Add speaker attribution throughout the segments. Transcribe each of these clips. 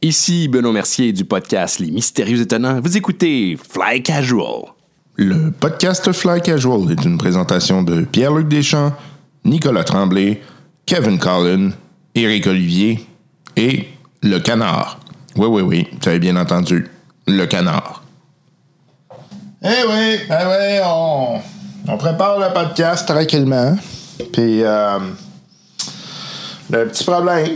Speaker 1: Ici Benoît Mercier du podcast Les Mystérieux Étonnants. Vous écoutez Fly Casual.
Speaker 2: Le podcast Fly Casual est une présentation de Pierre-Luc Deschamps, Nicolas Tremblay, Kevin Collin, Éric Olivier et Le Canard. Oui, oui, oui, vous avez bien entendu. Le Canard. Eh oui, eh oui, on, on prépare le podcast tranquillement. Puis, euh, le petit problème,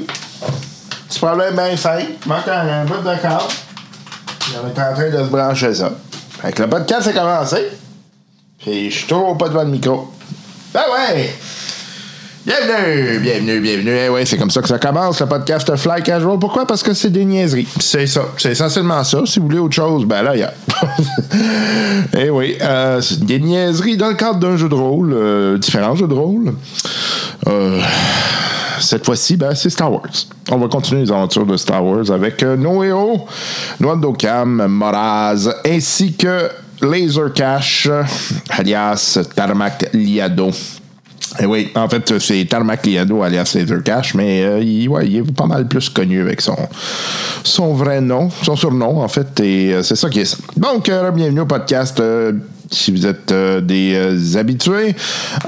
Speaker 2: petit problème bien simple, manque un bout de câble. Puis On est en train de se brancher ça. Fait que le podcast est commencé. Puis je suis toujours pas devant le micro. Ben ouais! Bienvenue, bienvenue, bienvenue. Eh ouais, c'est comme ça que ça commence, le podcast Fly Casual. Pourquoi? Parce que c'est des niaiseries. C'est ça. C'est essentiellement ça. Si vous voulez autre chose, ben là, il y a. eh oui, euh, c'est des niaiseries dans le cadre d'un jeu de rôle, euh, différents jeux de rôle. Euh, cette fois-ci, ben, c'est Star Wars. On va continuer les aventures de Star Wars avec euh, nos héros, Noam Cam, Moraz, ainsi que Laser Cash, alias Tarmac Liado. Et Eh oui, en fait, c'est Tarmac Liado, alias Laser Cash, mais euh, il, ouais, il est pas mal plus connu avec son, son vrai nom, son surnom, en fait, et euh, c'est ça qui est ça. Donc, euh, bienvenue au podcast. euh, si vous êtes euh, des euh, habitués,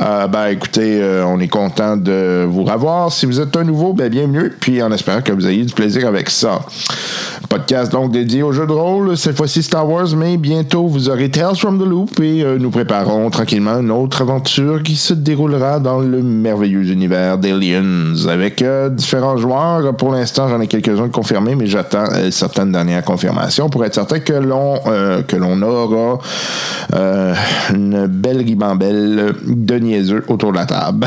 Speaker 2: euh, ben écoutez, euh, on est content de vous revoir. Si vous êtes un nouveau, ben bien mieux. Puis en espérant que vous ayez du plaisir avec ça. Podcast donc dédié aux jeux de rôle, cette fois-ci Star Wars, mais bientôt vous aurez Tales from the Loop et euh, nous préparons tranquillement une autre aventure qui se déroulera dans le merveilleux univers d'Aliens avec euh, différents joueurs. Pour l'instant, j'en ai quelques-uns de confirmés, mais j'attends euh, certaines dernières confirmations pour être certain que l'on euh, que l'on aura euh, une belle ribambelle de niaiseux autour de la table.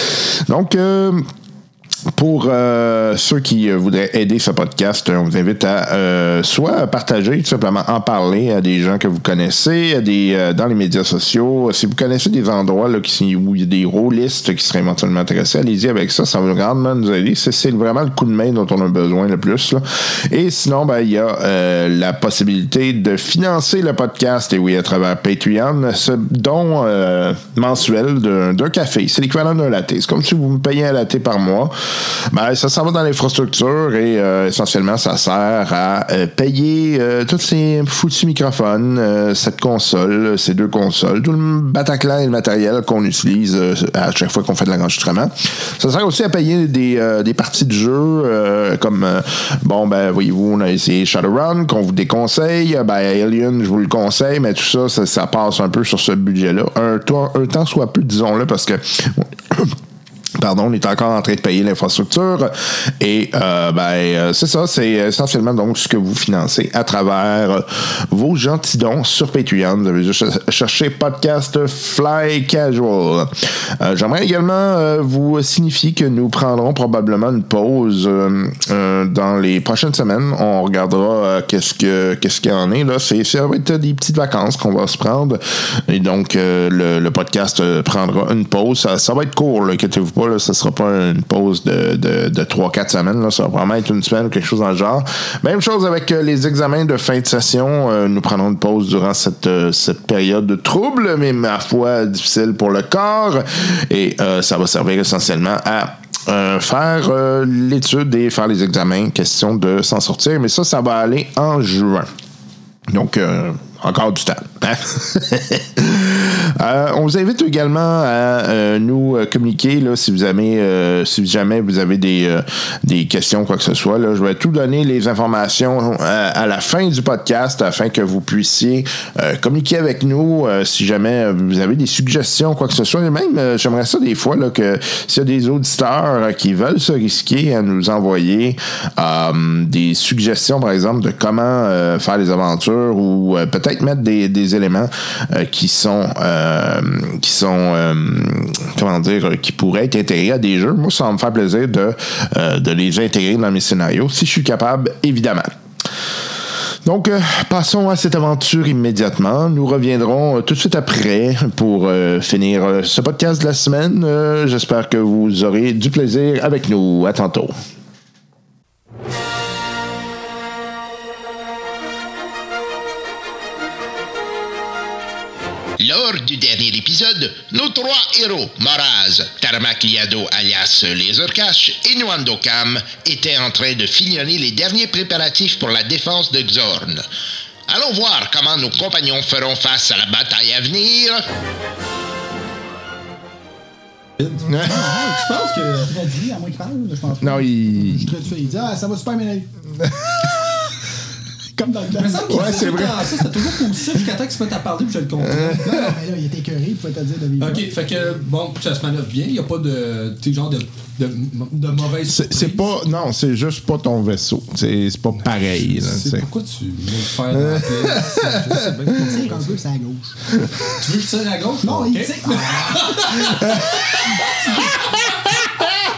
Speaker 2: Donc euh, pour euh, ceux qui euh, voudraient aider ce podcast, euh, on vous invite à euh, soit partager, tout simplement en parler à des gens que vous connaissez, à des, euh, dans les médias sociaux. Si vous connaissez des endroits là, qui, où il y a des rôlistes qui seraient éventuellement intéressés, allez-y avec ça. Ça va grandement nous aider. C'est- C'est vraiment le coup de main dont on a besoin le plus. là. Et sinon, ben, il y a euh, la possibilité de financer le podcast, et oui, à travers Patreon, ce don euh, mensuel d'un d'un café. C'est l'équivalent d'un latte. C'est comme si vous me payez un latte par mois. Ben, ça s'en va dans l'infrastructure et euh, essentiellement, ça sert à euh, payer euh, tous ces foutus microphones, euh, cette console, ces deux consoles, tout le bataclan et le matériel qu'on utilise euh, à chaque fois qu'on fait de l'enregistrement. Ça sert aussi à payer des, euh, des parties de jeu euh, comme, euh, bon, ben, voyez-vous, on a essayé Shadowrun qu'on vous déconseille. Ben, Alien, je vous le conseille, mais tout ça, ça, ça passe un peu sur ce budget-là. Un, temps- un temps soit peu, disons-le, parce que Pardon, on est encore en train de payer l'infrastructure. Et euh, ben, euh, c'est ça, c'est essentiellement donc ce que vous financez à travers euh, vos gentils dons sur Patreon. Vous avez juste ch- cherché podcast Fly Casual. Euh, J'aimerais également euh, vous signifier que nous prendrons probablement une pause euh, euh, dans les prochaines semaines. On regardera euh, qu'est-ce que qu'est-ce qu'il y en est. Là, c'est ça va être des petites vacances qu'on va se prendre. Et donc euh, le, le podcast euh, prendra une pause. Ça, ça va être court, là, inquiétez-vous pas, là, ça sera pas une pause de, de, de 3-4 semaines. Là, ça va vraiment être une semaine ou quelque chose dans le genre. Même chose avec euh, les examens de fin de session. Euh, nous prendrons une pause durant cette, euh, cette période de trouble, mais ma foi difficile pour le corps. Et euh, ça va servir essentiellement à euh, faire euh, l'étude et faire les examens, question de s'en sortir. Mais ça, ça va aller en juin. Donc, euh, encore du temps. hein? Euh, on vous invite également à euh, nous euh, communiquer là, si, vous avez, euh, si jamais vous avez des, euh, des questions, quoi que ce soit. Là, je vais tout donner les informations euh, à la fin du podcast afin que vous puissiez euh, communiquer avec nous euh, si jamais euh, vous avez des suggestions, quoi que ce soit. Et même, euh, j'aimerais ça des fois là, que s'il y a des auditeurs euh, qui veulent se risquer à nous envoyer euh, des suggestions, par exemple, de comment euh, faire les aventures ou euh, peut-être mettre des, des éléments euh, qui sont euh, qui sont euh, comment dire euh, qui pourraient être intégrés à des jeux. Moi, ça va me faire plaisir de, euh, de les intégrer dans mes scénarios si je suis capable, évidemment. Donc, euh, passons à cette aventure immédiatement. Nous reviendrons euh, tout de suite après pour euh, finir euh, ce podcast de la semaine. Euh, J'espère que vous aurez du plaisir avec nous. À tantôt. Lors du dernier épisode, nos trois héros, Moraz, Tarmac Liado alias les Urkash et Nuando Cam, étaient en train de fignonner les derniers préparatifs pour la défense de Xorn. Allons voir comment nos compagnons feront face à la bataille à venir.
Speaker 3: Ah, je pense que traduit, à moins qu'il parle, je pense pas.
Speaker 4: non, il.
Speaker 3: Traduit, il dit Ah, ça va super bien Comme dans le temps.
Speaker 4: Ouais, c'est vrai.
Speaker 3: ah,
Speaker 4: Euh.
Speaker 5: Ça, c'est toujours positif jusqu'à temps que tu peux t'en parler puis je le comprends.
Speaker 3: Non, non, mais là, il était écœuré, il pouvait te dire de vivre.
Speaker 5: Ok, fait que bon, ça se manœuvre bien, il n'y a pas de. Tu sais, genre de, de, de mauvaise.
Speaker 4: C'est c'est pas. Non, c'est juste pas ton vaisseau. C'est c'est pas pareil. là, tu
Speaker 5: C'est
Speaker 4: sais.
Speaker 5: pourquoi tu veux le faire dans la
Speaker 4: Euh.
Speaker 5: place? Je sais bien que
Speaker 3: Tu sais,
Speaker 5: c'est
Speaker 3: quand
Speaker 5: comme
Speaker 3: le
Speaker 5: ça.
Speaker 3: gars, c'est à gauche.
Speaker 5: Tu veux que je tire à gauche?
Speaker 3: Non,
Speaker 5: Ok.
Speaker 3: il tire.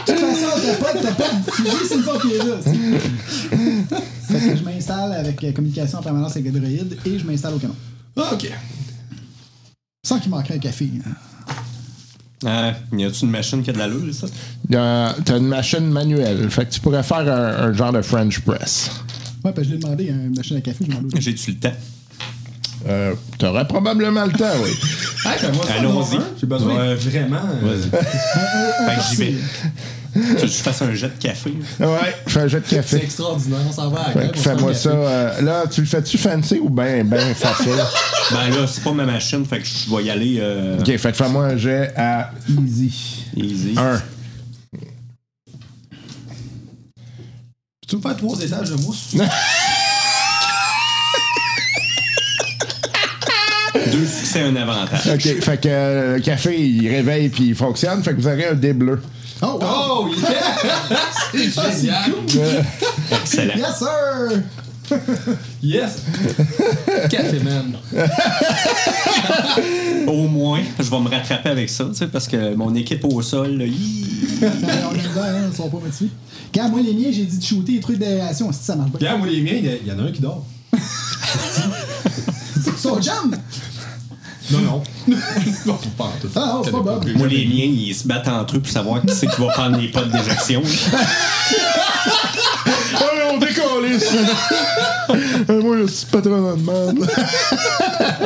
Speaker 3: De toute façon, t'as pas, t'as pas de fusée, c'est le fond qui est là. c'est- Fait que je m'installe avec euh, communication en permanence avec le droïde et je m'installe au canon.
Speaker 5: Ah, ok.
Speaker 3: Sans qu'il manquerait un café. hein.
Speaker 6: Ah, y a-tu une machine qui a de l'allure, ça?
Speaker 4: Euh, T'as une machine manuelle. Fait que tu pourrais faire un, un genre de French press.
Speaker 3: Ouais, parce que je l'ai demandé à une machine à café, je m'en l'ai.
Speaker 6: J'ai-tu le temps?
Speaker 4: Euh, T'aurais probablement le temps, oui.
Speaker 5: Ah, ben moi, ça,
Speaker 6: Allons-y.
Speaker 5: j'en ai un. J'ai besoin
Speaker 6: Ouais.
Speaker 5: vraiment. euh,
Speaker 6: Vas-y. fait que j'y vais. Tu veux que je fasse un jet de café?
Speaker 4: Ouais, fais un jet de
Speaker 5: C'est
Speaker 4: café.
Speaker 5: extraordinaire, on s'en va à la
Speaker 4: Fait
Speaker 5: crème,
Speaker 4: que
Speaker 5: on
Speaker 4: Fais-moi
Speaker 5: s'en
Speaker 4: ça.
Speaker 5: va à la
Speaker 4: euh, là, tu le fais-tu fancy ou ben, ben facile?
Speaker 6: Ben là, c'est pas ma machine, fait que je vais y aller euh,
Speaker 4: ok, fait que fais-moi un jet à easy.
Speaker 6: easy.
Speaker 4: Un.
Speaker 5: crème. Tu veux me faire trois étages de mousse? Non.
Speaker 6: Deux succès, un avantage.
Speaker 4: Ok, fait que euh, le café, il réveille puis il fonctionne. Fait que vous aurez un dé bleu.
Speaker 3: Oh, wow.
Speaker 5: Oh, yeah! Ah, C'est génial!
Speaker 6: Excellent.
Speaker 3: Yes, sir!
Speaker 5: Yes! Café, man.
Speaker 6: Au moins, je vais me rattraper avec ça, tu sais, parce que mon équipe au sol, là, hi-
Speaker 3: Non, mais on est dedans, hein, ils sont pas motivés. Quand moi, les miens, j'ai dit de shooter les trucs d'aération. Si ça marche pas.
Speaker 5: Regarde, moi, les miens, il y a- il y en a un qui dort.
Speaker 3: Ils sont jam!
Speaker 5: Non, non. non, pas en tout.
Speaker 3: Ah, oh, c'est pas Bob.
Speaker 6: moi, les miens, ils se battent entre eux pour savoir qui c'est qui va prendre les potes d'éjection.
Speaker 4: Allez, on décolle! Moi, je suis pas trop dans le monde.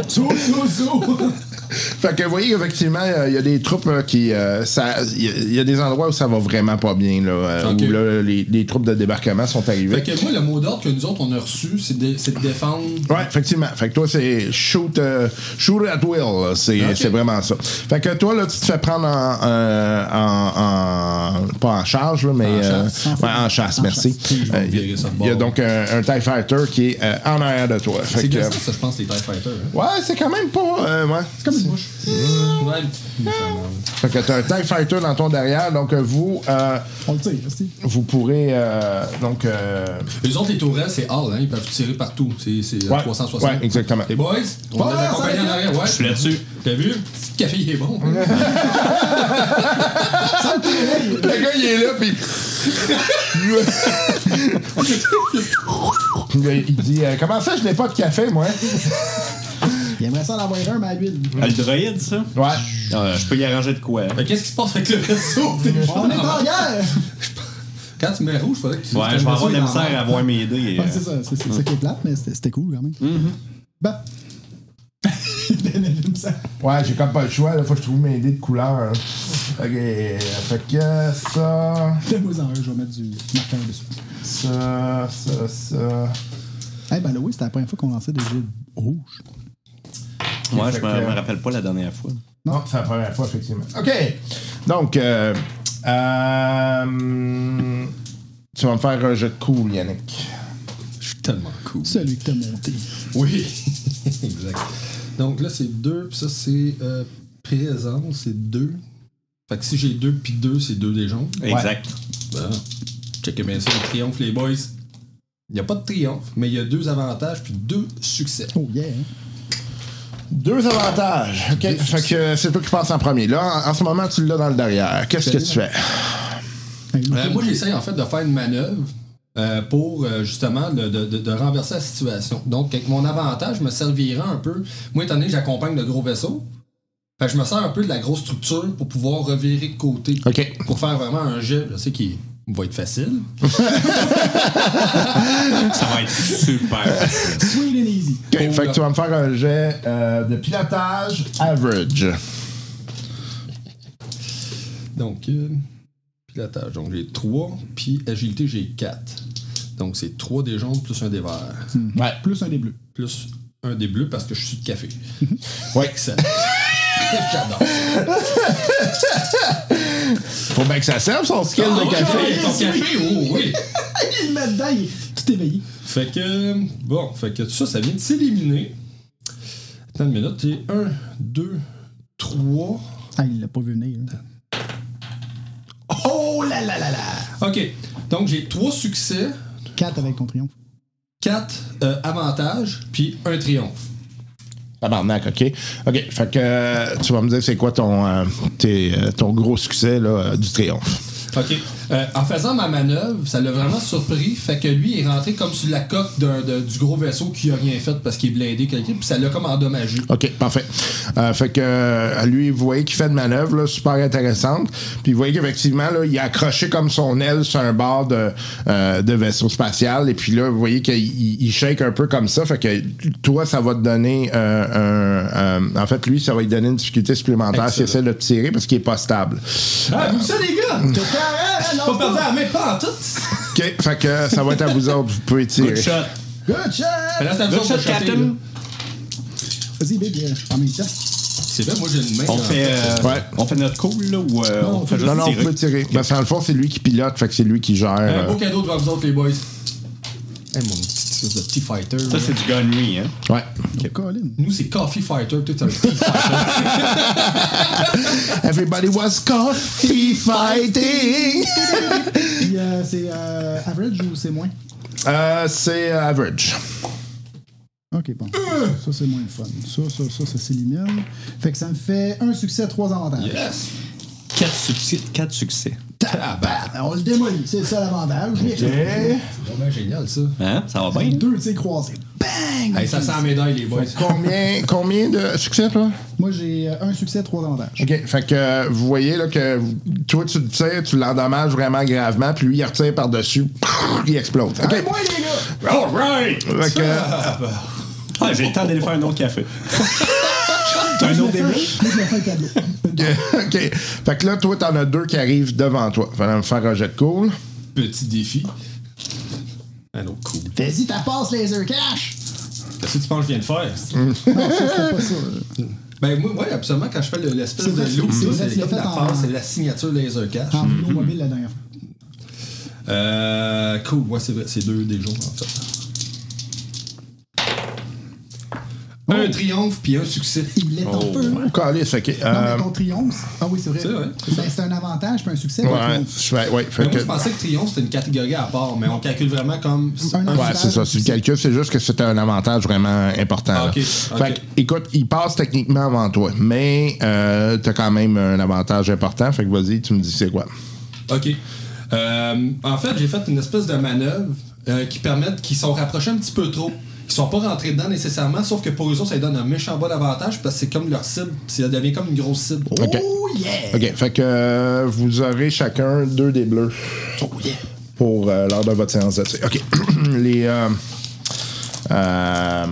Speaker 5: Zou, zou, zou!
Speaker 4: Fait que vous voyez, effectivement, euh, il y a des troupes là, qui. euh, ça- Il y a- il y, a des endroits où ça va vraiment pas bien, là, euh,
Speaker 5: Ok.
Speaker 4: où là, les, les troupes de débarquement sont arrivées.
Speaker 5: Fait que moi, le mot d'ordre que nous autres, on a reçu, c'est de, c'est de défendre.
Speaker 4: Ouais, effectivement. Fait que toi, c'est shoot, euh, shoot at will. là. C'est
Speaker 5: Ok.
Speaker 4: c'est vraiment ça. Fait que toi, là, tu te fais prendre en. euh, en, en- pas en charge, là, mais.
Speaker 5: En
Speaker 4: euh, ouais, en chasse, merci.
Speaker 5: Je vais
Speaker 4: Euh, Il
Speaker 5: virer ça de
Speaker 4: y a
Speaker 5: bord.
Speaker 4: donc euh, un, E un TIE Fighter qui est euh, en arrière de toi. Fait
Speaker 5: C'est
Speaker 4: que,
Speaker 5: que ça, ça, je pense, les TIE Fighters. hein.
Speaker 4: ouais, c'est quand même pas. euh, ouais.
Speaker 3: C'est comme une mouche.
Speaker 5: Ouais, une petite mouche à merde.
Speaker 4: Fait que t'as un TIE Fighter dans ton derrière, donc euh, vous. euh,
Speaker 3: On le tire, c'est-
Speaker 4: vous pourrez euh, donc euh,
Speaker 5: Les autres, les tourelles, c'est hard, hein. Ils peuvent tirer partout. C'est c'est à
Speaker 4: ouais,
Speaker 5: 360.
Speaker 4: ouais, exactement.
Speaker 5: Les boys, on
Speaker 3: Ouais,
Speaker 5: va les accompagner
Speaker 3: ça va
Speaker 5: en arrière, ouais.
Speaker 6: Je suis là-dessus.
Speaker 5: T'as vu? Le petit café, il est bon.
Speaker 4: Le gars il est là puis il il dit euh, comment ça je n'ai pas de café moi.
Speaker 3: Il aimerait ça en avoir un, mais à l'huile.
Speaker 6: Ah, Le droïde, ça?
Speaker 4: Ouais.
Speaker 6: Euh, je peux y arranger de quoi? hein?
Speaker 5: Mais Ben, qu'est-ce qui se passe avec le vaisseau? déjà?
Speaker 3: On est en guerre!
Speaker 5: Quand tu mets rouge, faudrait que tu.
Speaker 6: Ouais, je vais avoir de la misère à voir mes dés. et, euh,
Speaker 3: Ouais, c'est ça, c'est c'est ça qui est plate, mais c'était c'était cool quand même.
Speaker 5: Mm-hmm.
Speaker 3: Bah.
Speaker 4: Ouais, j'ai comme pas le choix, là, faut que je trouve mes dés de couleur. hein. Ok, fait que ça,
Speaker 3: Fais-moi en un, je vais mettre du marqueur dessus.
Speaker 4: ça, ça, ça.
Speaker 3: Eh ben là, oui, c'était la première fois qu'on lançait des jeux rouges.
Speaker 6: Ouais, je
Speaker 4: Fait que,
Speaker 6: me
Speaker 4: euh,
Speaker 6: me rappelle pas la dernière fois.
Speaker 4: Non, c'est la première fois, effectivement. OK. Donc, euh, euh, tu vas me faire un jeu de cool, Yannick.
Speaker 5: Je suis tellement cool.
Speaker 3: Celui que t'as monté.
Speaker 5: Oui, exact. Donc là, c'est 2, puis ça, c'est euh, présence, c'est 2. Fait que si j'ai 2 puis 2, c'est 2 des gens.
Speaker 6: Exact.
Speaker 5: Ben, checkez bien ça, le triomphe, les boys. Il n'y a pas de triomphe, mais il y a deux avantages puis deux succès.
Speaker 3: Oh yeah!
Speaker 4: Deux avantages. OK. Fait que euh, c'est toi qui passes en premier. Là, en, en ce moment, tu l'as dans le derrière. Qu'est-ce que tu fais?
Speaker 3: Hey, look,
Speaker 5: Euh, moi, j'essaye en fait de faire une manœuvre euh, pour euh, justement le- de, de- de renverser la situation. Donc, avec mon avantage, je me servirai un peu. Moi, étant donné que j'accompagne le gros vaisseau, fait que je me sers un peu de la grosse structure pour pouvoir revirer de côté.
Speaker 4: OK.
Speaker 5: Pour faire vraiment un jet, je sais qu'il va être facile.
Speaker 6: Ça va être super facile.
Speaker 3: Sweet and easy.
Speaker 4: Ok,
Speaker 5: Cool.
Speaker 4: fait que tu vas me faire un jet euh, de pilotage average.
Speaker 5: Donc, euh, pilotage. Donc, j'ai 3, puis agilité, j'ai 4. Donc, c'est 3 des jaunes plus un des verts.
Speaker 4: Ouais.
Speaker 3: Hmm. Plus un des bleus.
Speaker 5: Plus un des bleus parce que je suis de café. ouais, excellent. J'adore.
Speaker 4: Faut bien que ça serve son skill
Speaker 5: Oh,
Speaker 4: de café.
Speaker 5: Ton café, oh oui.
Speaker 3: Il met dedans, il est tout éveillé.
Speaker 5: Fait que, bon, fait que tout ça, ça vient de s'éliminer. Attends une minute, c'est 1, 2, 3.
Speaker 3: Ah, il l'a pas vu venir. hein.
Speaker 5: Ok, donc j'ai 3 succès,
Speaker 3: Quatre avec ton triomphe.
Speaker 5: 4 avantages, puis un triomphe.
Speaker 4: Tabarnak, ok. Ok, fait que euh, tu vas me dire c'est quoi ton, euh, tes, euh, ton gros succès là, euh, du triomphe.
Speaker 5: OK. Euh, en faisant ma manœuvre, ça l'a vraiment surpris. Fait que lui, il est rentré comme sur la coque d'un- de- du gros vaisseau qui a rien fait parce qu'il est blindé quelqu'un, puis ça l'a comme endommagé.
Speaker 4: Ok, parfait. Euh, fait que euh, lui, vous voyez qu'il fait une manœuvre là, super intéressante. Puis vous voyez qu'effectivement, là, il a accroché comme son aile sur un bord de, euh, de vaisseau spatial. Et puis là, vous voyez qu'il il- il shake un peu comme ça. Fait que toi, ça va te donner euh, un. euh, en fait, lui, ça va lui donner une difficulté supplémentaire s'il essaie
Speaker 5: Excellent.
Speaker 4: de le tirer parce qu'il est pas stable.
Speaker 5: Ah, vous ça, les gars! T'as pas perdu la main, pas en tout!
Speaker 4: Ok, fait que ça va être à vous autres, vous pouvez tirer.
Speaker 6: Good shot.
Speaker 3: Good shot!
Speaker 5: Mais là, c'est à vous
Speaker 6: Good
Speaker 5: autres
Speaker 6: shot,
Speaker 5: de shotter,
Speaker 6: Captain.
Speaker 5: là.
Speaker 3: Vas-y, big, euh, en même temps.
Speaker 5: C'est bien, moi, j'ai une main.
Speaker 6: On
Speaker 5: là.
Speaker 6: fait, euh,
Speaker 4: Ouais.
Speaker 6: on fait notre call, là, ou euh, on fait juste
Speaker 4: Non, non, vous
Speaker 6: tirer?
Speaker 4: pouvez tirer. Parce qu'en le fond, c'est lui qui pilote, fait que c'est lui qui gère.
Speaker 5: Un beau
Speaker 4: euh,
Speaker 5: cadeau devant vous autres, les boys. Hey, mon petit espèce de petit fighter. là.
Speaker 6: Ça, c'est du gunnery, hein?
Speaker 4: Ouais.
Speaker 3: Oh, Colin.
Speaker 5: Nous, c'est Coffee Fighter, peut-être un petit fighter.
Speaker 4: Everybody was coffee fighting.
Speaker 3: Puis euh, c'est euh, average ou c'est moins?
Speaker 4: Euh, c'est euh, average.
Speaker 3: Ok, bon. Ça, c'est moins le fun. Ça, ça, ça, ça s'élimine. Fait que ça me fait un succès, trois avantages.
Speaker 5: Yes!
Speaker 6: Quatre succès. Quatre succès.
Speaker 5: Tabac!
Speaker 3: Alors, on le démolit, c'est ça l'avantage.
Speaker 5: C'est vraiment génial, ça.
Speaker 6: Hein? Ça va bien?
Speaker 3: Deux tirs croisés. Bang!
Speaker 5: Hey, ça sent la médaille, les boys.
Speaker 4: Combien, combien de succès, toi?
Speaker 3: Moi, j'ai euh, un succès, trois avantages.
Speaker 4: OK. Fait que euh, vous voyez là, que vous- toi, tu le tires, tu l'endommages vraiment gravement, puis lui, il retire par-dessus, il explose. OK.
Speaker 6: All right!
Speaker 4: Fait Ah, que, euh,
Speaker 6: Ah, j'ai le temps d'aller faire un autre café. T'as un autre
Speaker 3: Moi,
Speaker 6: début?
Speaker 3: je vais faire le tableau.
Speaker 4: OK. Fait que là, toi, t'en as deux qui arrivent devant toi. Fallait me faire un jet de cool.
Speaker 5: Petit défi. Un autre coup.
Speaker 3: Vas-y, ta passe laser cash!
Speaker 5: Qu'est-ce que Ben, tu penses que je viens de faire?
Speaker 3: C'était pas ça. euh.
Speaker 5: Ben, moi, ouais, absolument, quand je fais le- l'espèce
Speaker 3: C'est
Speaker 5: de
Speaker 3: vrai,
Speaker 5: loop,
Speaker 3: c'est
Speaker 5: là,
Speaker 3: vrai, tu
Speaker 5: c'est
Speaker 3: l'as
Speaker 5: comme
Speaker 3: fait
Speaker 5: la
Speaker 3: en- Ah.
Speaker 5: passe, c'est la signature laser cash.
Speaker 3: En vidéo mobile la dernière fois.
Speaker 5: Euh, cool, ouais, c'est vrai, c'est deux des jours, en fait.
Speaker 3: Oh.
Speaker 5: Un triomphe puis un succès. Ben,
Speaker 3: Il l'est en feu. Non,
Speaker 4: Calice, OK. Euh,
Speaker 3: mais ton triomphe. Ah oui, c'est vrai.
Speaker 5: C'est vrai.
Speaker 3: Ben, c'est un avantage, puis un succès. puis un
Speaker 4: ouais,
Speaker 3: triomphe.
Speaker 4: ouais, ouais, fait
Speaker 5: Mais moi,
Speaker 4: que-
Speaker 5: je pensais que triomphe, c'était une catégorie à part, mais on calcule vraiment comme...
Speaker 3: Un
Speaker 4: Ouais, c'est ça. C'est le calcul, c'est juste que c'était un avantage vraiment important. là.
Speaker 5: Ok, ok.
Speaker 4: Fait que, écoute, il passe techniquement avant toi, mais euh, t'as quand même un avantage important. Fait que vas-y, tu me dis c'est quoi.
Speaker 5: OK. Euh, en fait, j'ai fait une espèce de manœuvre euh, qui permettent qu'ils sont rapprochés un petit peu trop. Ils sont pas rentrés dedans nécessairement, sauf que pour eux autres, ça leur donne un méchant bon avantage parce que c'est comme leur cible. Ça devient comme une grosse cible.
Speaker 4: OK. OK. Fait que euh, vous aurez chacun deux des bleus pour euh, lors de votre séance d'essai. OK. les, euh, euh,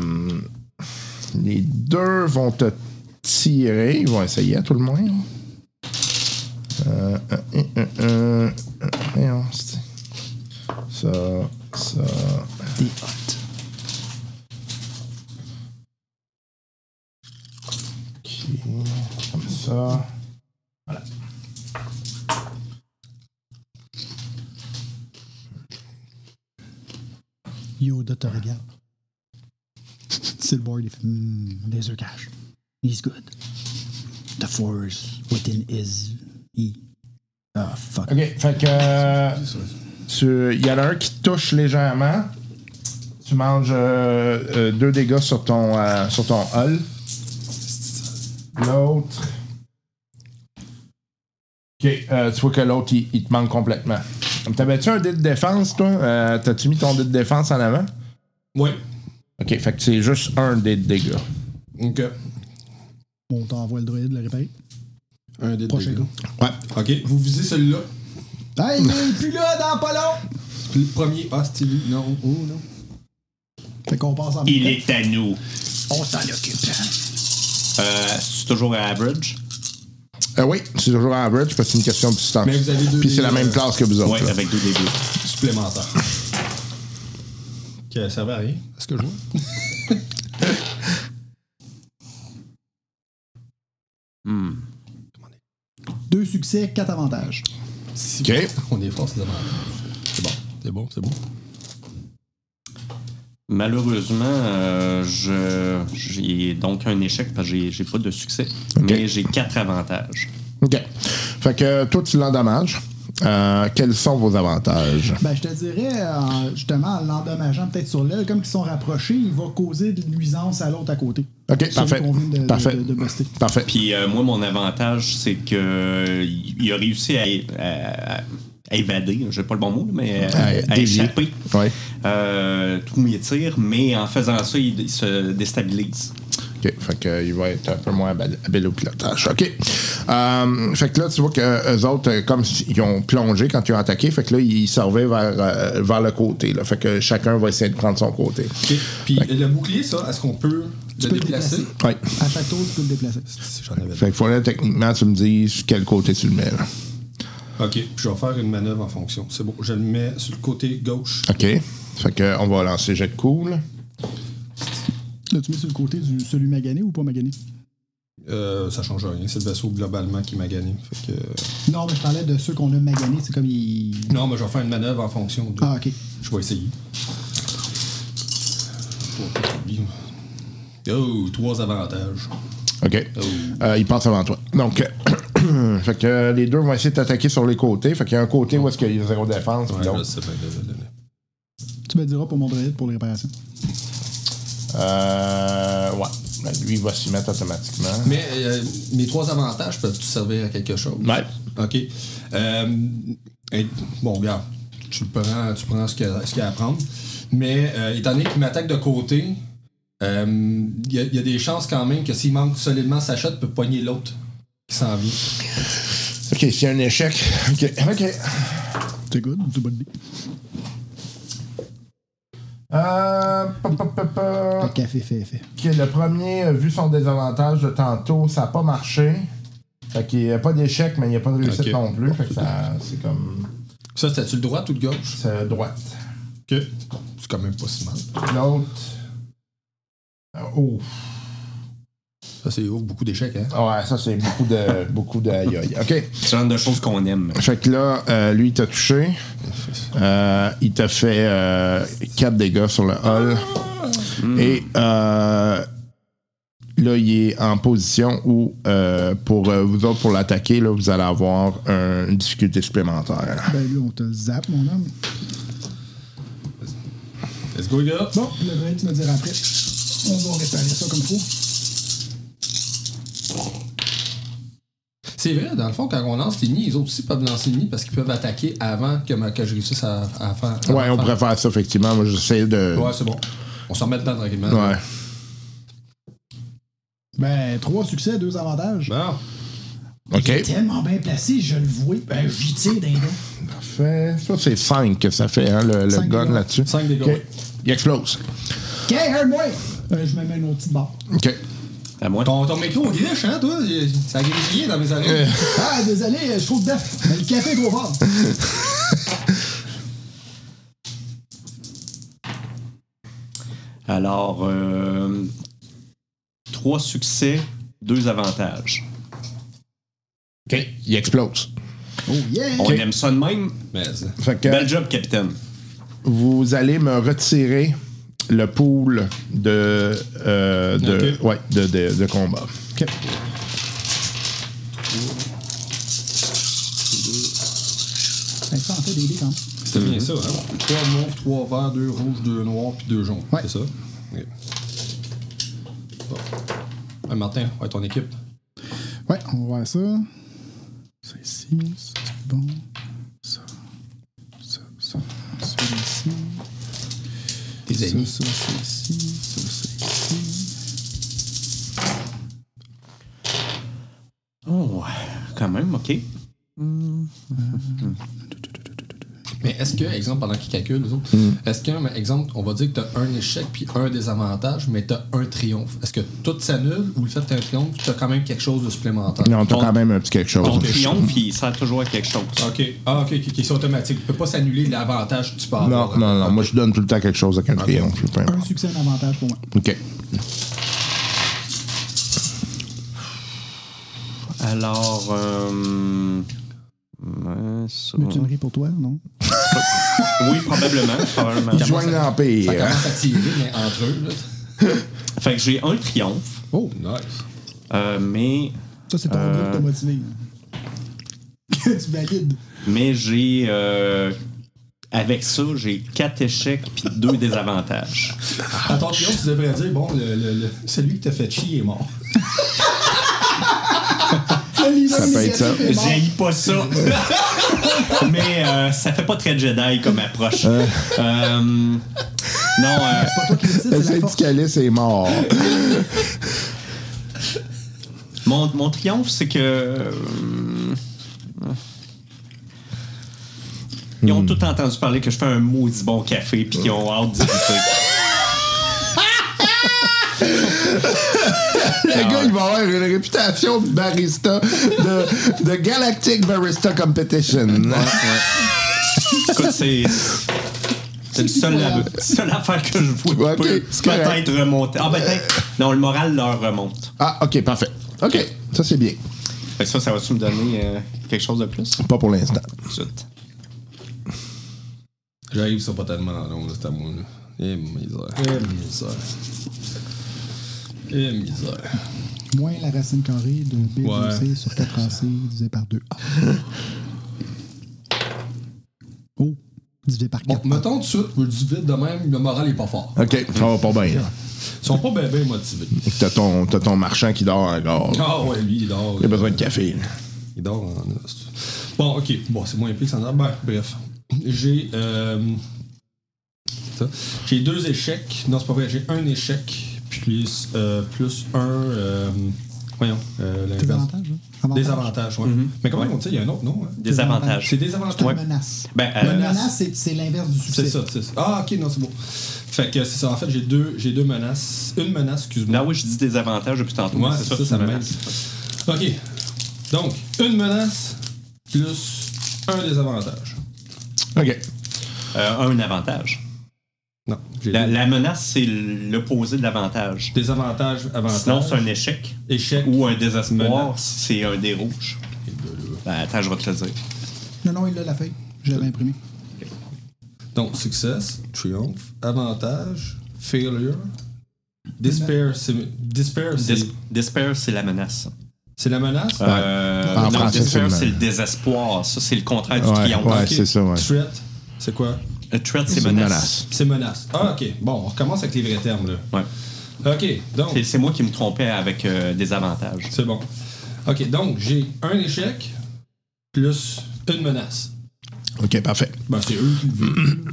Speaker 4: les deux vont te tirer. Ils vont essayer à tout le moins. Euh, euh, euh, euh, euh, voyons, c'est- ça, ça. OK. Comme ça.
Speaker 3: Yoda te regarde. Silver, il fait Hmm, laser cash. He's good. The force within is he. Ah, fuck.
Speaker 4: OK, fait que. euh, tu- Il y en a un qui te touche légèrement. Tu manges euh, euh, deux dégâts sur ton, euh, sur ton hull. L'autre. Ok, euh, tu vois que l'autre, il, il te manque complètement. T'avais-tu un dé de défense, toi Euh, T'as-tu mis ton dé de défense en avant
Speaker 5: Ouais.
Speaker 4: Ok, fait que c'est juste un dé de dégâts.
Speaker 5: OK.
Speaker 3: On t'envoie le droïde le réparer.
Speaker 5: Un des
Speaker 3: Prochain
Speaker 5: deux.
Speaker 3: coup.
Speaker 4: Ouais.
Speaker 5: OK. Vous visez celui-là.
Speaker 3: Hey, il est plus là dans pas long!
Speaker 5: oh, Le premier. Ah, c'était lui. Non. Oh, non.
Speaker 3: Fait qu'on passe en
Speaker 6: Il
Speaker 3: même
Speaker 6: est à nous.
Speaker 3: temps. On s'en occupe.
Speaker 6: Euh, c'est toujours à average.
Speaker 4: Euh, oui, c'est toujours à average parce que c'est une question de distance.
Speaker 5: Mais vous avez deux
Speaker 4: Puis c'est la
Speaker 5: des-
Speaker 4: même classe que vous autres.
Speaker 6: Oui,
Speaker 4: là.
Speaker 6: avec deux des deux.
Speaker 5: supplémentaire. Que ça va rien. Est-ce que je vois?
Speaker 3: Deux succès, quatre avantages.
Speaker 5: Si
Speaker 4: Ok.
Speaker 5: On est fort, c'est dommage. C'est bon, c'est bon, c'est bon.
Speaker 6: Malheureusement, euh, je, j'ai donc un échec parce que j'ai, j'ai pas de succès. Mais j'ai quatre avantages.
Speaker 4: OK. Fait que toi, tu l'endommages. Euh, quels sont vos avantages?
Speaker 3: Ben, je te dirais, euh, justement, en l'endommageant peut-être sur l'aile, comme ils sont rapprochés, il va causer de nuisance à l'autre à côté.
Speaker 4: OK,
Speaker 3: Celui
Speaker 4: parfait.
Speaker 3: qu'on vient de-
Speaker 4: parfait.
Speaker 3: de- de buster.
Speaker 4: Parfait.
Speaker 6: Puis euh, moi, mon avantage, c'est que euh, il a réussi à, à- à évader, j'ai pas le bon mot, mais à, à
Speaker 4: dévier.
Speaker 6: échapper
Speaker 4: Euh, Ouais.
Speaker 6: euh, tous mes tirs, mais en faisant ça, il, il se déstabilise.
Speaker 4: OK. Fait que, euh, il va être un peu moins habile habile au pilotage. OK. Euh, fait que là, tu vois que eux autres, euh, comme s- ils ont plongé quand ils ont attaqué, fait que là, ils servaient vers, euh, vers le côté. Là. Fait que chacun va essayer de prendre son côté.
Speaker 5: Ok. Puis le bouclier, ça, est-ce qu'on peut le
Speaker 3: peux le
Speaker 5: déplacer?
Speaker 3: déplacer.
Speaker 4: Ouais.
Speaker 3: À chaque tour, tu peux le déplacer.
Speaker 5: J'en avais
Speaker 4: Fait que faudrait techniquement, tu me dises quel côté tu le mets. là.
Speaker 5: Ok, puis je vais faire une manœuvre en fonction. C'est bon, je le mets sur le côté gauche.
Speaker 4: OK. Fait que, on va lancer jet de cool.
Speaker 3: Là, tu mets sur le côté du celui magané ou pas magané?
Speaker 5: Euh, ça change rien, c'est le vaisseau globalement qui m'a gagné. Fait que... euh,
Speaker 3: Non, mais je parlais de ceux qu'on a magané, c'est comme il.
Speaker 5: Non, mais je vais faire une manœuvre en fonction de.
Speaker 3: Ah, ok.
Speaker 5: Je vais essayer. Oh, trois avantages.
Speaker 4: OK. Euh, il passe avant toi. Donc, euh, fait que euh, les deux vont essayer de t'attaquer sur les côtés. Fait qu'il y a un côté où est-ce qu'il y a zéro défense. puis
Speaker 5: Ouais,
Speaker 4: l'autre.
Speaker 5: je sais bien, désolé.
Speaker 3: Tu me diras pour mon droïde pour les réparations.
Speaker 4: Euh, ouais. Ben, lui, il va s'y mettre automatiquement.
Speaker 5: Mais euh, mes trois avantages peuvent servir à quelque chose.
Speaker 4: Ouais.
Speaker 5: OK. Euh, et- bon, regarde, tu le prends, tu prends ce qu'il y, a- ce qu'il y a à prendre. Mais euh, étant donné qu'il m'attaque de côté, euh, il y, a- il y a des chances quand même que s'il manque solidement sa shot, il peut poigner l'autre qui s'en vient.
Speaker 4: OK, s'il y a un échec. OK. OK.
Speaker 3: C'est good, du bon dé.
Speaker 4: Euh, pa, pa, pa, pa.
Speaker 3: Le café fait, fait.
Speaker 4: Ok, le premier, euh, vu son désavantage de tantôt, ça n'a pas marché. Fait qu'il n'y a pas d'échec, mais il n'y a pas de réussite
Speaker 5: Ok.
Speaker 4: non plus. Fait que ça, c'est comme.
Speaker 5: Ça, c'était-tu le droite ou le gauche?
Speaker 4: C'est droite.
Speaker 5: Que C'est quand même pas si mal.
Speaker 4: L'autre. Oh.
Speaker 5: Ça, c'est ouvre beaucoup d'échecs, hein?
Speaker 4: Ouais, ça, c'est beaucoup de. beaucoup de. aïe, aïe. OK.
Speaker 6: C'est le genre de choses qu'on aime.
Speaker 4: Fait que là, euh, lui, il t'a touché. Euh, il t'a fait 4 dégâts sur le hall. Et euh, là, il est en position où, euh, pour euh, vous autres, pour l'attaquer, là, vous allez avoir un- une difficulté supplémentaire.
Speaker 3: Ben lui, on te zappe, mon homme.
Speaker 5: Let's go, les gars!
Speaker 3: Bon, le droïde, tu me diras après. On va réparer ça comme il faut.
Speaker 5: C'est vrai, dans le fond, quand on lance les nids, les autres aussi peuvent lancer les nids parce qu'ils peuvent attaquer avant que, ma- que je réussisse à, à faire. à
Speaker 4: Ouais, on
Speaker 5: faire-
Speaker 4: pourrait faire ça, effectivement. Moi, j'essaie de.
Speaker 5: Ouais, c'est bon. On s'en remet dedans tranquillement.
Speaker 4: Ouais.
Speaker 3: Ben, trois succès, deux avantages.
Speaker 5: Bon.
Speaker 4: Ben, OK.
Speaker 3: Tellement bien placé, je le vois. Ben, j'y tire d'un dents.
Speaker 4: Fait- Ça, c'est 5 que ça fait, hein, le, le
Speaker 3: Cinq
Speaker 4: gun
Speaker 3: dégâts.
Speaker 4: là-dessus.
Speaker 5: Cinq dégâts,
Speaker 4: OK.
Speaker 5: oui.
Speaker 4: Il explose.
Speaker 3: OK, moi Je me mets une autre petite barre.
Speaker 4: OK.
Speaker 6: À moi.
Speaker 5: Ton, ton micro griche, hein, toi? Ça a grésillé dans mes oreilles.
Speaker 3: Ah, désolé, je trouve bœuf. Mais Ben, le café est trop fort.
Speaker 6: Alors, euh, trois succès, deux avantages.
Speaker 4: OK. Il explose.
Speaker 3: Oh, yeah.
Speaker 6: On aime ça de même.
Speaker 5: Mais.
Speaker 4: Fait que.
Speaker 6: Bel job, capitaine.
Speaker 4: vous allez me retirer le pool de, euh, de,
Speaker 5: Ok.
Speaker 4: ouais, de, de- de combat.
Speaker 3: Ben, ça en fait des dés quand même.
Speaker 5: C'était bien ça, hein? Trois mauves, trois verts, deux rouges, deux noirs, puis deux jaunes.
Speaker 3: Ouais.
Speaker 5: C'est ça? Ok. Bon. Hey, Martin, ouais, ton équipe.
Speaker 3: Ouais, on va voir ça. Ça ici, ça c'est bon. Ça, ça, ça, ça ici.
Speaker 5: Tes
Speaker 3: Ça,
Speaker 5: amis.
Speaker 3: ça, c'est ici. Ça, c'est ici.
Speaker 6: Oh, quand même, OK.
Speaker 5: Mais est-ce que, exemple, pendant qu'ils calculent, nous autres, est-ce que, exemple, on va dire que t'as un échec puis un désavantage, mais t'as un triomphe? Est-ce que tout s'annule ou le fait que t'as un triomphe, t'as quand même quelque chose de supplémentaire?
Speaker 4: Non, t'as
Speaker 6: Ton-
Speaker 4: quand même un petit quelque chose.
Speaker 6: Ton triomphe, il sert toujours à quelque chose.
Speaker 5: OK. Ah, OK, OK, ok, c'est automatique. Tu peux pas s'annuler l'avantage que tu peux
Speaker 4: Non,
Speaker 5: avoir.
Speaker 4: non, non. Moi, je donne tout le temps quelque chose avec un triomphe. peu
Speaker 3: Un
Speaker 4: importe.
Speaker 3: succès, un avantage pour moi.
Speaker 4: OK.
Speaker 6: Alors, euh, ouais, ça-
Speaker 3: Mais tu me ris pour toi, non?
Speaker 6: oui, probablement. probablement.
Speaker 4: Ils joignent
Speaker 5: Ça
Speaker 4: l'Empire.
Speaker 5: commence à tirer, mais entre eux, là.
Speaker 6: Fait que j'ai un triomphe,
Speaker 5: Oh, nice.
Speaker 6: euh, mais,
Speaker 3: Ça, c'est ton
Speaker 6: Euh.
Speaker 3: groupe de motivé. là. Que tu valides.
Speaker 6: mais j'ai. euh, avec ça, j'ai quatre échecs puis deux désavantages.
Speaker 5: À ton triomphe, Ah, tu devrais dire, bon, le, le- le- celui qui t'a fait chier est mort.
Speaker 3: Ça
Speaker 4: peut être ça.
Speaker 6: J'ai pas ça. mais euh, ça fait pas très Jedi comme approche. Euh, non, euh,
Speaker 3: C'est la
Speaker 4: Essaye de
Speaker 3: force.
Speaker 4: calice est mort.
Speaker 6: Mon, mon triomphe, c'est que. euh, ils
Speaker 4: Hmm.
Speaker 6: ont tout entendu parler que je fais un maudit bon café puis qu'ils ont hâte d'y goûter.
Speaker 4: Le gars, il va avoir une réputation de barista, de, de Galactic Barista Competition.
Speaker 6: Écoute, c'est. C'est le seul, la seule affaire que je vois.
Speaker 4: Ouais, ok,
Speaker 6: peut-
Speaker 4: c'est correct.
Speaker 6: peut-être remonter. Ah, ben, peut-être. Non, le moral leur remonte.
Speaker 4: Ah, OK, parfait. OK, ça, c'est bien.
Speaker 6: Fait que ça, ça va-tu me donner euh, quelque chose de plus?
Speaker 4: Pas pour l'instant.
Speaker 6: Zut.
Speaker 5: J'arrive, ça pas tellement long, là, c'est à moi, là. Eh, misère. Eh, misère. Eh, misère.
Speaker 3: Moins la racine carrée de B
Speaker 5: Ouais.
Speaker 3: C sur 4AC divisé par 2A. Oh, divisé par
Speaker 5: Bon,
Speaker 3: 4.
Speaker 5: mettons tout de suite, je dis vite de même, le moral est pas fort.
Speaker 4: OK, ça va pas bien. là.
Speaker 5: Ils sont pas bien ben motivés.
Speaker 4: T'as ton, t'as ton marchand qui dort encore.
Speaker 5: Ah ouais, lui, il dort.
Speaker 4: Il a besoin de café. là.
Speaker 5: Il dort en os. Bon, ok. Bon, c'est moins pire que ça en a. Ben, bref. J'ai. euh, ça. J'ai deux échecs. Non, c'est pas vrai. J'ai un échec, plus, euh, plus un. euh, voyons. euh, l'inverse.
Speaker 3: Des avantages, hein?
Speaker 5: Des
Speaker 3: Avantages.
Speaker 5: avantages, ouais. Mais comment on dit Il y a un autre nom. hein?
Speaker 6: Désavantage.
Speaker 5: C'est des avantages.
Speaker 3: C'est une menace.
Speaker 6: Ben,
Speaker 3: Une
Speaker 6: euh,
Speaker 3: menace, c'est- c'est l'inverse du succès.
Speaker 5: C'est ça, c'est ça. Ah, ok, non, c'est bon. Fait que c'est ça. En fait, j'ai deux, j'ai deux menaces. Une menace, excuse-moi.
Speaker 6: là, Ah oui, je dis des avantages depuis tantôt.
Speaker 5: Ouais,
Speaker 6: mais
Speaker 5: c'est ça, ça, me
Speaker 6: finalement.
Speaker 5: mêle. Ok. Donc, une menace plus un désavantage.
Speaker 4: OK.
Speaker 6: Euh, un avantage.
Speaker 5: Non, j'ai
Speaker 6: La,
Speaker 5: des
Speaker 6: la menace, c'est l'opposé de l'avantage.
Speaker 5: désavantages, avantages.
Speaker 6: Sinon, c'est un échec.
Speaker 5: échec.
Speaker 6: Ou un désespoir,
Speaker 5: Menace.
Speaker 6: c'est un des rouges. Ben, attends, je vais te le dire.
Speaker 3: Non, non, il a la feuille. Je l'avais imprimé.
Speaker 5: Donc, success, triomphe, avantage, failure, despair. C'est, despair, c'est,
Speaker 6: Dis- despair, c'est la menace.
Speaker 5: c'est la menace.
Speaker 6: Euh,
Speaker 4: En
Speaker 6: non,
Speaker 4: français,
Speaker 6: despair,
Speaker 4: c'est le-
Speaker 6: c'est le désespoir. Ça, c'est le contraire du
Speaker 4: Ouais,
Speaker 6: triomphe.
Speaker 4: ouais,
Speaker 6: Ok.
Speaker 4: c'est ça, ouais.
Speaker 5: Threat, c'est quoi
Speaker 6: Le threat, c'est
Speaker 4: C'est une
Speaker 6: menace.
Speaker 4: menace.
Speaker 5: C'est menace. Ah, ok. Bon, on recommence avec les vrais termes, là.
Speaker 6: Ouais.
Speaker 5: Ok, donc.
Speaker 6: C'est- C'est moi qui me trompais avec euh, des avantages.
Speaker 5: C'est bon. OK, donc j'ai un échec plus une menace.
Speaker 4: OK, parfait.
Speaker 5: Ben, c'est eux qui le veulent.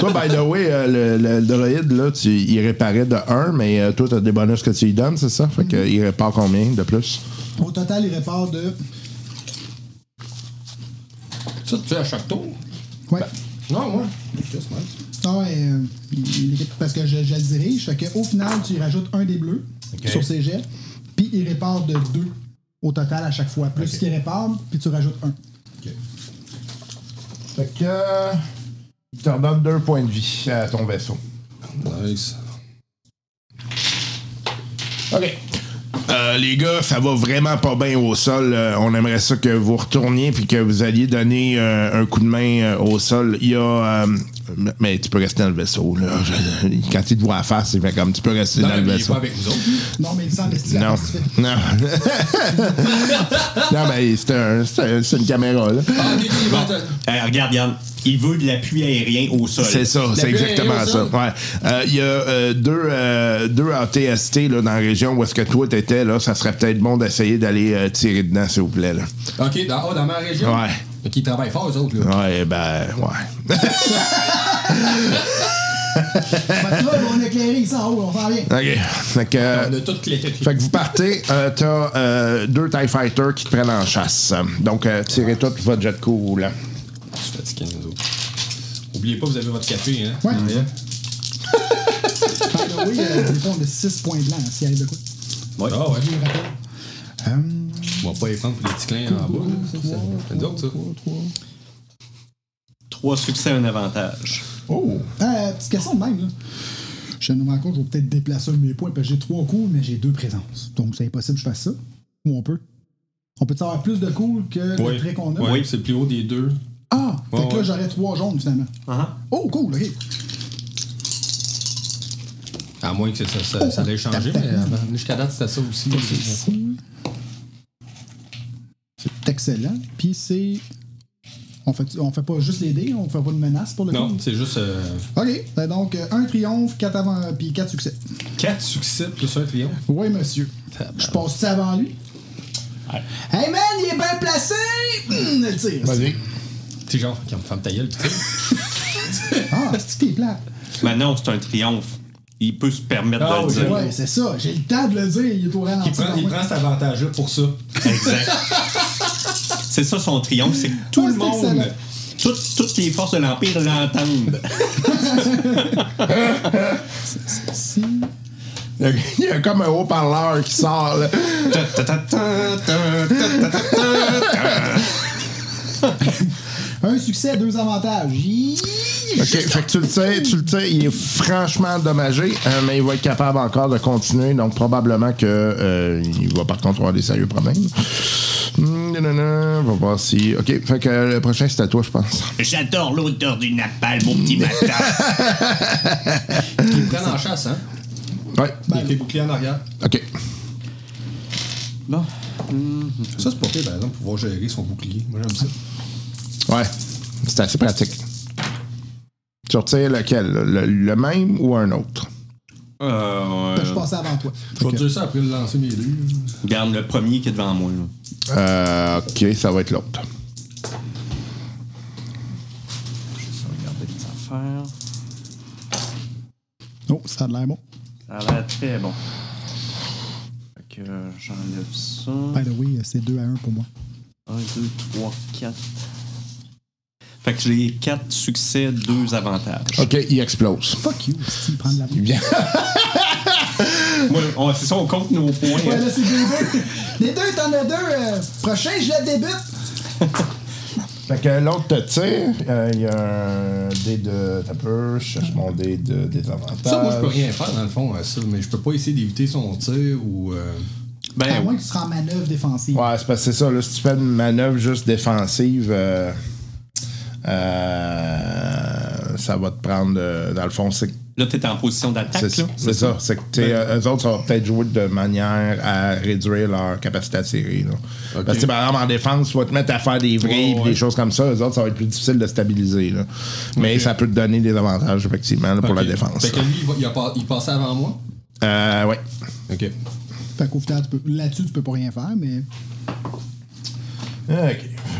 Speaker 4: Toi, by the way, euh, le, le droïde, là, tu, il réparait de 1, mais euh, toi, t'as des bonus que tu lui donnes, c'est ça? Fait que, il répare combien de plus?
Speaker 3: Au total, il répare de.
Speaker 5: Ça, tu fais à chaque tour?
Speaker 3: Ouais.
Speaker 5: Non, moi. Juste, nice.
Speaker 3: Non, et, euh, il- il- parce que je, je le dirige. Fait que, au final, tu y rajoutes un des bleus sur ses jets, puis il répare de deux au total à chaque fois. Plus qu'il répare, puis tu rajoutes un.
Speaker 4: Fait que. euh, Il te redonne 2 points de vie à ton vaisseau.
Speaker 5: Nice.
Speaker 4: OK. Euh, les gars, ça va vraiment pas bien au sol. Euh, on aimerait ça que vous retourniez puis que vous alliez donner euh, un coup de main euh, au sol. Il y a. euh, mais tu peux rester dans le vaisseau. Là. Je- quand il te voit à face, il fait comme tu peux rester
Speaker 5: Non,
Speaker 4: dans le
Speaker 5: mais il est
Speaker 4: vaisseau.
Speaker 5: pas avec nous autres.
Speaker 3: Non, mais il s'investit.
Speaker 4: Non. Non. non, mais c'est un- c'est un- c'est une caméra, là.
Speaker 5: Ah, OK, il est bon.
Speaker 6: Euh, regarde, Yann, il veut de l'appui aérien au sol.
Speaker 4: C'est ça, c'est
Speaker 5: pluie
Speaker 4: exactement
Speaker 5: est au
Speaker 4: ça.
Speaker 5: sol.
Speaker 4: Ouais. Euh, Il y a euh, deux, euh, deux ATST là, dans la région où est-ce que toi t'étais, là, ça serait peut-être bon d'essayer d'aller euh, tirer dedans, s'il vous plaît. Là.
Speaker 5: OK, dans, ah, dans ma région.
Speaker 4: Ouais.
Speaker 5: Fait qu'ils travaillent fort, eux autres, là.
Speaker 4: Ouais, ben, ouais.
Speaker 3: Fait que là, on est éclairé ici en haut, on s'en vient.
Speaker 4: OK. Fait que, euh,
Speaker 5: Euh, On a toutes les
Speaker 4: fait que vous partez, euh, t'as euh, deux TIE Fighters qui te prennent en chasse. Donc, euh, tirez-toi puis votre jet de coup, là.
Speaker 5: plus fatigués, nous autres. Oubliez pas, vous avez votre café, hein?
Speaker 3: Ouais. By the way, euh, des fois, on a 6 points blancs, hein, s'il arrive de quoi.
Speaker 5: Ouais. Ah ouais.
Speaker 3: Je vous rappelle. Hum,
Speaker 5: On va pas les prendre pour les petits clins en bas. là. Ça, ça- C'est nous autres, ça.
Speaker 6: Trois succès, un avantage.
Speaker 3: oh! Euh, petite question de même, là. Je me rends compte, je vais peut-être déplacer un de mes points, parce que j'ai 3 coups, mais j'ai 2 présences. Donc, c'est impossible que je fasse ça. Ou on peut. On peut savoir plus de coups que le trait qu'on a.
Speaker 5: Ouais, c'est le plus haut des deux.
Speaker 3: Ah!
Speaker 5: Ouais,
Speaker 3: fait que là,
Speaker 5: ouais. Uh-huh.
Speaker 3: j'aurais 3 jaunes, finalement. Oh, cool, ok.
Speaker 5: À moins que ça, ça, ça allait changer, mais avant- jusqu'à date, c'était ça aussi.
Speaker 3: C'est excellent. Puis c'est. On fait, on fait pas juste les dés, on fait pas de menace pour le
Speaker 5: Non,
Speaker 3: coup.
Speaker 5: c'est juste euh,
Speaker 3: Ok, ben donc euh, un triomphe, quatre avant, puis quatre succès.
Speaker 5: quatre succès plus un triomphe.
Speaker 3: Oui, monsieur. Je passe ça avant lui. Hey man, il est bien placé! Hum, le tire.
Speaker 4: Vas-y.
Speaker 5: C'est genre, qui me ferme ta gueule, pis tu sais.
Speaker 3: Ah, c'est qui est plate.
Speaker 6: Maintenant, c'est un triomphe. Il peut se permettre
Speaker 5: Ah,
Speaker 6: de le
Speaker 5: oui,
Speaker 6: dire.
Speaker 3: Ouais, c'est ça. J'ai le temps de le dire, il est au ralenti. Ah
Speaker 5: Il prend, il prend cet avantage-là pour ça.
Speaker 6: Exact. c'est ça son triomphe, c'est que tout
Speaker 3: Ah,
Speaker 6: le
Speaker 3: c'est
Speaker 6: monde,
Speaker 3: excellent.
Speaker 6: toutes, toutes les forces de l'Empire l'entendent.
Speaker 3: Si.
Speaker 4: Il y a comme un haut-parleur qui sort, là.
Speaker 3: Un succès, deux avantages. Hi-
Speaker 4: OK, fait que tu le sais, tu le sais, il est franchement endommagé, euh, mais il va être capable encore de continuer, donc probablement que euh, il va par contre avoir des sérieux problèmes. Hum, nanana, on va voir si... OK, fait que euh, le prochain, c'est à toi, je pense.
Speaker 6: J'adore l'odeur du napalm, mon petit matin.
Speaker 5: Ils prennent en chasse, hein.
Speaker 4: Ouais,
Speaker 5: Avec les boucliers en arrière.
Speaker 4: OK.
Speaker 6: Bon,
Speaker 5: Ça, c'est pas pire, par exemple, pour pouvoir gérer son bouclier. Moi, j'aime ça.
Speaker 4: Ouais, c'est assez pratique. Tu retires lequel? là? Le, le même ou un autre?
Speaker 6: euh,
Speaker 3: Je passais avant toi.
Speaker 5: Je vais te dire ça après le lancer mes deux.
Speaker 6: garde le premier qui est devant moi. là.
Speaker 4: Euh, OK, ça va être l'autre.
Speaker 6: Je vais regarder les affaires.
Speaker 3: Oh, ça a l'air bon.
Speaker 6: Ça a l'air très bon. Fait que euh, j'enlève ça.
Speaker 3: By the way, c'est 2 à 1 pour moi.
Speaker 6: 1, 2, 3, 4. Fait que j'ai 4 succès, 2 avantages.
Speaker 4: OK, il explose.
Speaker 3: Fuck you, si prends de la
Speaker 4: Bien.
Speaker 6: Moi, on- c'est ça, on compte nos points.
Speaker 3: Ouais,
Speaker 6: hein.
Speaker 3: là, c'est deux deux. Les deux, t'en as deux. euh, prochain, je le débute.
Speaker 4: Fait que l'autre te tire, euh, il y a un dé de. T'as peur, je cherche mon dé de désavantage.
Speaker 5: Ça, moi, je peux rien faire, dans le fond, à ça. Mais je peux pas essayer d'éviter son tir ou. euh,
Speaker 3: À
Speaker 6: Ben,
Speaker 3: moins que tu seras en manœuvre défensive.
Speaker 4: Ouais, c'est parce que c'est ça, là, si tu fais une manœuvre juste défensive, euh, euh, ça va te prendre. euh, dans le fond, c'est
Speaker 6: là, t'es en position d'attaque.
Speaker 4: c'est-
Speaker 6: là.
Speaker 4: c'est ça. C'est que t'es, euh, eux autres, ça va peut-être jouer de manière à réduire leur capacité à tirer. là. Parce que, par exemple, en défense, tu vas te mettre à faire des vrilles
Speaker 5: Ouais,
Speaker 4: pis
Speaker 5: ouais.
Speaker 4: des choses comme ça. Eux autres, ça va être plus difficile de stabiliser. là. Mais ça peut te donner des avantages, effectivement, là, pour
Speaker 5: ok.
Speaker 4: la défense.
Speaker 5: Fait que lui, il, va- il a pas- il passait avant moi.
Speaker 4: Euh, ouais.
Speaker 5: OK.
Speaker 3: Fait qu'au final, tu peux- là-dessus, tu peux pas rien faire, mais.
Speaker 4: OK.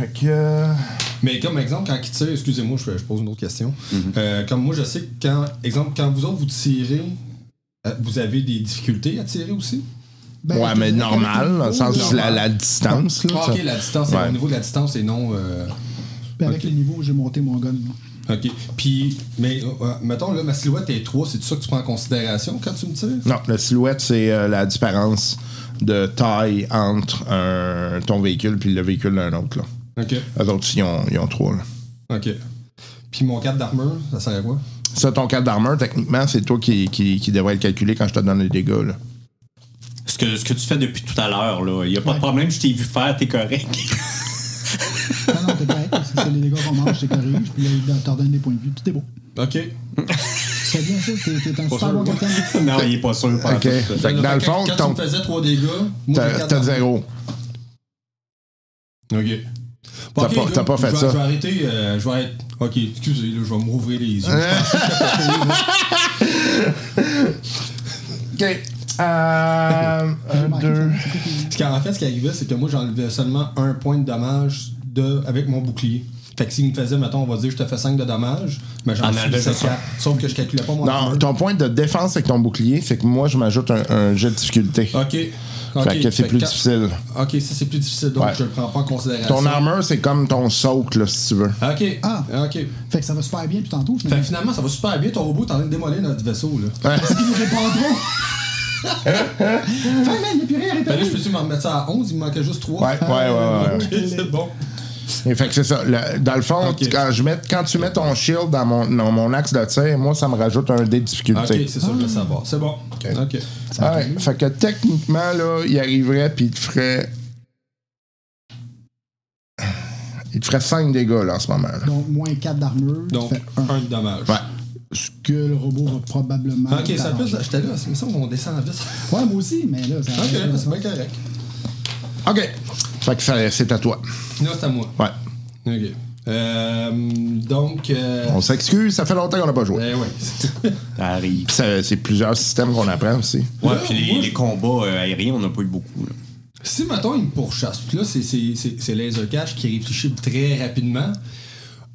Speaker 4: Fait
Speaker 5: euh,
Speaker 4: que.
Speaker 5: Mais comme exemple, quand il tire, excusez-moi, je, je pose une autre question.
Speaker 4: Mm-hmm.
Speaker 5: Euh, comme moi, je sais que quand, exemple, quand vous autres, vous tirez, euh, vous avez des difficultés à tirer aussi?
Speaker 3: Ben,
Speaker 4: ouais, mais
Speaker 3: t'as-
Speaker 4: normal, dans le sens
Speaker 3: Avec,
Speaker 4: de la, la distance. Là,
Speaker 5: Ah,
Speaker 4: ça-
Speaker 5: ok, la distance,
Speaker 4: Ouais.
Speaker 5: c'est au niveau de la distance et non. euh,
Speaker 3: Puis avec le niveau, j'ai monté mon gun. là.
Speaker 5: ok. Puis, mais euh, euh, mettons, là, ma silhouette est 3, c'est ça que tu prends en considération quand tu me tires?
Speaker 4: Non, la silhouette, c'est euh, la différence de taille entre un- ton véhicule puis le véhicule d'un autre. Là.
Speaker 5: Ok.
Speaker 4: Eux autres, ils ont, ils ont trois. Là.
Speaker 5: Ok. Puis mon 4 d'armure, ça sert à quoi?
Speaker 4: Ça, ton cadre d'armure, techniquement, c'est toi qui, qui, qui devrais le calculer quand je te donne les dégâts. Là.
Speaker 6: Ce que, ce que tu fais depuis tout à l'heure, là, y a pas de problème, je t'ai vu faire, t'es correct.
Speaker 3: Non, non, t'es correct. Si c'est les dégâts qu'on mange, c'est corrige. Puis là, il t'en donne des points de vue. Tout est beau.
Speaker 5: Ok.
Speaker 3: C'est bien ça. T'es t'es un super
Speaker 5: sûr,
Speaker 3: bon
Speaker 5: ouais.
Speaker 3: capitaine.
Speaker 6: non, il est pas sûr. pas en
Speaker 4: Ok.
Speaker 6: tout.
Speaker 4: Fait que dans le fond,
Speaker 5: quand
Speaker 4: ton-
Speaker 5: tu me faisais 3 dégâts, moi, j'ai
Speaker 4: T'as
Speaker 5: quatre
Speaker 4: t'as
Speaker 5: d'armure.
Speaker 4: zéro.
Speaker 5: Ok.
Speaker 4: T'as
Speaker 5: Ok,
Speaker 4: pas-
Speaker 5: gars,
Speaker 4: t'as pas fait
Speaker 5: je vais-
Speaker 4: ça.
Speaker 5: Je vais arrêter. euh, je vais être. Ok, excusez, là, je vais me rouvrir les yeux. Je pensais que t'as pas payé, là.
Speaker 4: OK. Euh,
Speaker 3: J'ai
Speaker 4: un,
Speaker 3: manqué
Speaker 4: deux.
Speaker 3: ça, c'est tout.
Speaker 5: Parce qu'en fait, ce qui arrivait, c'est que moi, j'enlevais seulement un point de dommage de, avec mon bouclier. Fait que s'il me faisait, mettons, on va dire, je te fais 5 de dommage, mais j'en
Speaker 6: En enlevait
Speaker 5: subissais
Speaker 6: juste un.
Speaker 5: 4. Sauf que je calculais pas mon
Speaker 4: Non,
Speaker 5: armure.
Speaker 4: ton point de défense avec ton bouclier, c'est que moi, je m'ajoute un, un jet de difficulté.
Speaker 5: Ok.
Speaker 4: Fait que c'est plus
Speaker 5: quand- Ah,
Speaker 4: difficile.
Speaker 5: Ok, ça c'est plus difficile, donc
Speaker 4: Ouais.
Speaker 5: je le prends pas en considération.
Speaker 4: Ton armure, c'est comme ton socle, là, si tu veux.
Speaker 5: Ok.
Speaker 3: Ah.
Speaker 5: Ok.
Speaker 3: Fait que ça va super bien, puis tantôt,
Speaker 5: Fait que
Speaker 3: finalement.
Speaker 5: finalement, ça va super bien. Ton robot est en train de démolir notre vaisseau, là.
Speaker 3: Est-ce qu'il nous répond trop? Fait, man, il n'y a plus rien à
Speaker 5: Fait que
Speaker 3: réparer.
Speaker 5: Ben là, je peux-tu me remettre ça à 11? Il me manquait juste 3.
Speaker 4: Ouais, ouais, ouais, ouais.
Speaker 5: c'est bon.
Speaker 4: Et fait que c'est ça. Le- dans le fond,
Speaker 5: Ok.
Speaker 4: quand, je mets, quand tu mets ton shield dans mon, dans mon axe de tir, moi, ça me rajoute un dé de difficulté. Ah
Speaker 5: Ok, c'est ça, je le savoir. C'est bon. Ok.
Speaker 4: Ouais, fait que techniquement, là, il arriverait puis il te ferait. Il te ferait 5 dégâts, là, en ce moment. là.
Speaker 3: Donc, moins 4 d'armure.
Speaker 5: Donc,
Speaker 3: tu fais un.
Speaker 5: un de dommage.
Speaker 4: Ouais.
Speaker 3: Ce que le robot va probablement.
Speaker 5: Ok, ça
Speaker 3: t'arranger.
Speaker 5: plus. J'étais là, c'est ça, on descend vite.
Speaker 3: Ouais, moi aussi, mais là, ça.
Speaker 5: Ok, là, c'est bien correct.
Speaker 4: OK. Fait que ça- c'est à toi.
Speaker 5: Là, c'est à moi.
Speaker 4: Ouais.
Speaker 5: Ok. Euh, donc. Euh,
Speaker 4: On s'excuse, ça fait longtemps qu'on n'a pas joué.
Speaker 5: eh ouais.
Speaker 6: Ça arrive.
Speaker 4: Puis ça- C'est plusieurs systèmes qu'on apprend aussi.
Speaker 6: Ouais,
Speaker 5: Là,
Speaker 6: puis les,
Speaker 5: moi,
Speaker 6: les
Speaker 5: je-
Speaker 6: combats euh, aériens, on n'a pas eu beaucoup. là.
Speaker 5: Si, mettons, il me pourchasse, puis là, c'est- c'est- c'est c'est Laser Cash qui réfléchit très rapidement.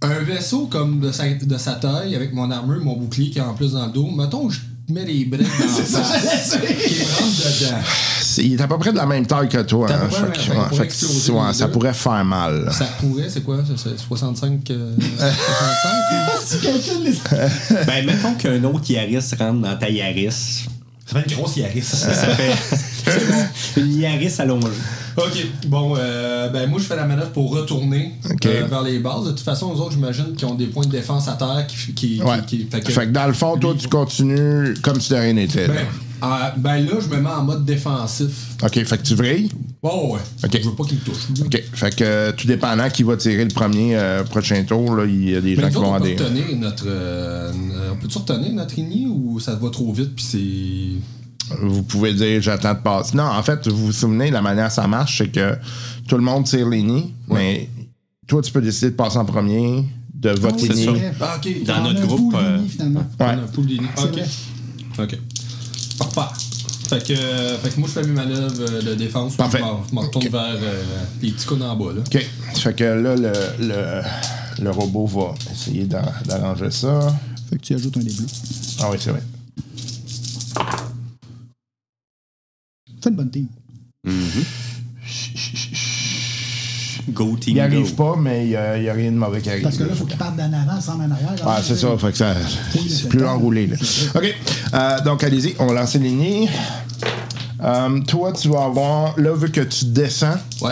Speaker 5: Un vaisseau comme de sa, de sa taille, avec mon armure, mon bouclier qui est en plus dans le dos, mettons, je mets les briques dans le face, qui me rentre dedans.
Speaker 4: C'est- Il est à peu près de la même taille que toi.
Speaker 5: T'as
Speaker 4: hein.
Speaker 5: pas mal,
Speaker 4: Fait que-
Speaker 5: fait qu'on
Speaker 4: ouais,
Speaker 5: pourrait
Speaker 4: fait que-
Speaker 5: exploser
Speaker 4: ouais,
Speaker 5: les
Speaker 4: ça
Speaker 5: deux.
Speaker 4: pourrait faire mal. là.
Speaker 5: Ça pourrait, c'est quoi? ça, c'est 65... euh, 65?
Speaker 3: Si quelqu'un les.
Speaker 6: ben, mettons qu'un autre Yaris rentre dans ta Yaris.
Speaker 5: Ça fait une grosse Yaris.
Speaker 6: Ça fait. C'est une Yaris allongée.
Speaker 5: OK, bon, euh, ben moi, je fais la manœuvre pour retourner
Speaker 4: OK.
Speaker 5: euh, vers les bases. De toute façon, eux autres, j'imagine qu'ils ont des points de défense à terre qui... qui,
Speaker 4: Ouais.
Speaker 5: qui- qui-
Speaker 4: fait, que, dans le fond, toi, tu continues comme si de rien n'était. là.
Speaker 5: Ben, euh, ben là, je me mets en mode défensif.
Speaker 4: OK, fait que tu vrilles.
Speaker 5: Oh ouais.
Speaker 4: Ok.
Speaker 5: Je veux pas qu'il me touche.
Speaker 4: OK. Fait que euh, tout dépendant qui va tirer le premier euh, prochain tour, là, il y a des
Speaker 5: Mais
Speaker 4: gens
Speaker 5: nous
Speaker 4: qui
Speaker 5: autres,
Speaker 4: vont
Speaker 5: on peut
Speaker 4: aller.
Speaker 5: retenir notre. euh, euh, on peut-tu retenir notre lignée ou ça va trop vite puis
Speaker 4: Vous pouvez dire j'attends de passer. Non, en fait, vous vous souvenez, la manière que ça marche, c'est que tout le monde tire les nids, mais toi, tu peux décider de passer en premier, de voter
Speaker 6: c'est
Speaker 4: nid.
Speaker 6: ça.
Speaker 5: c'est. Ah, ok.
Speaker 6: Dans
Speaker 3: On
Speaker 6: notre
Speaker 3: a un
Speaker 6: groupe,
Speaker 3: pool
Speaker 6: euh,
Speaker 3: d'ennemis, finalement.
Speaker 5: On
Speaker 4: Ouais.
Speaker 5: a un pool de lignées.
Speaker 3: C'est vrai.
Speaker 5: Ok. Ok. Parfait. Fait que, euh, fait que moi, je fais mes manœuvres euh, de défense. puis
Speaker 4: Parfait.
Speaker 5: Je m'en- je m'en retourne
Speaker 4: Ok.
Speaker 5: vers euh, les petits cons en bas, là.
Speaker 4: OK. Fait que là, le, le, le robot va essayer d'ar- d'arranger ça.
Speaker 3: Fait que tu ajoutes un des bleus.
Speaker 4: Ah oui, c'est vrai.
Speaker 3: C'est une bonne team.
Speaker 6: Go team
Speaker 4: Il arrive
Speaker 6: go.
Speaker 4: pas, mais il n'y a, il y a rien de mauvais qui arrive.
Speaker 3: Parce que là, il faut qu'il parte d'en avant sans en arrière.
Speaker 4: Ah, c'est ça, fait que ça. C'est plus enroulé, là. OK. Euh, donc, allez-y, on va lancer les nids. Euh, toi, tu vas avoir. Là, vu que tu descends,
Speaker 5: Ouais.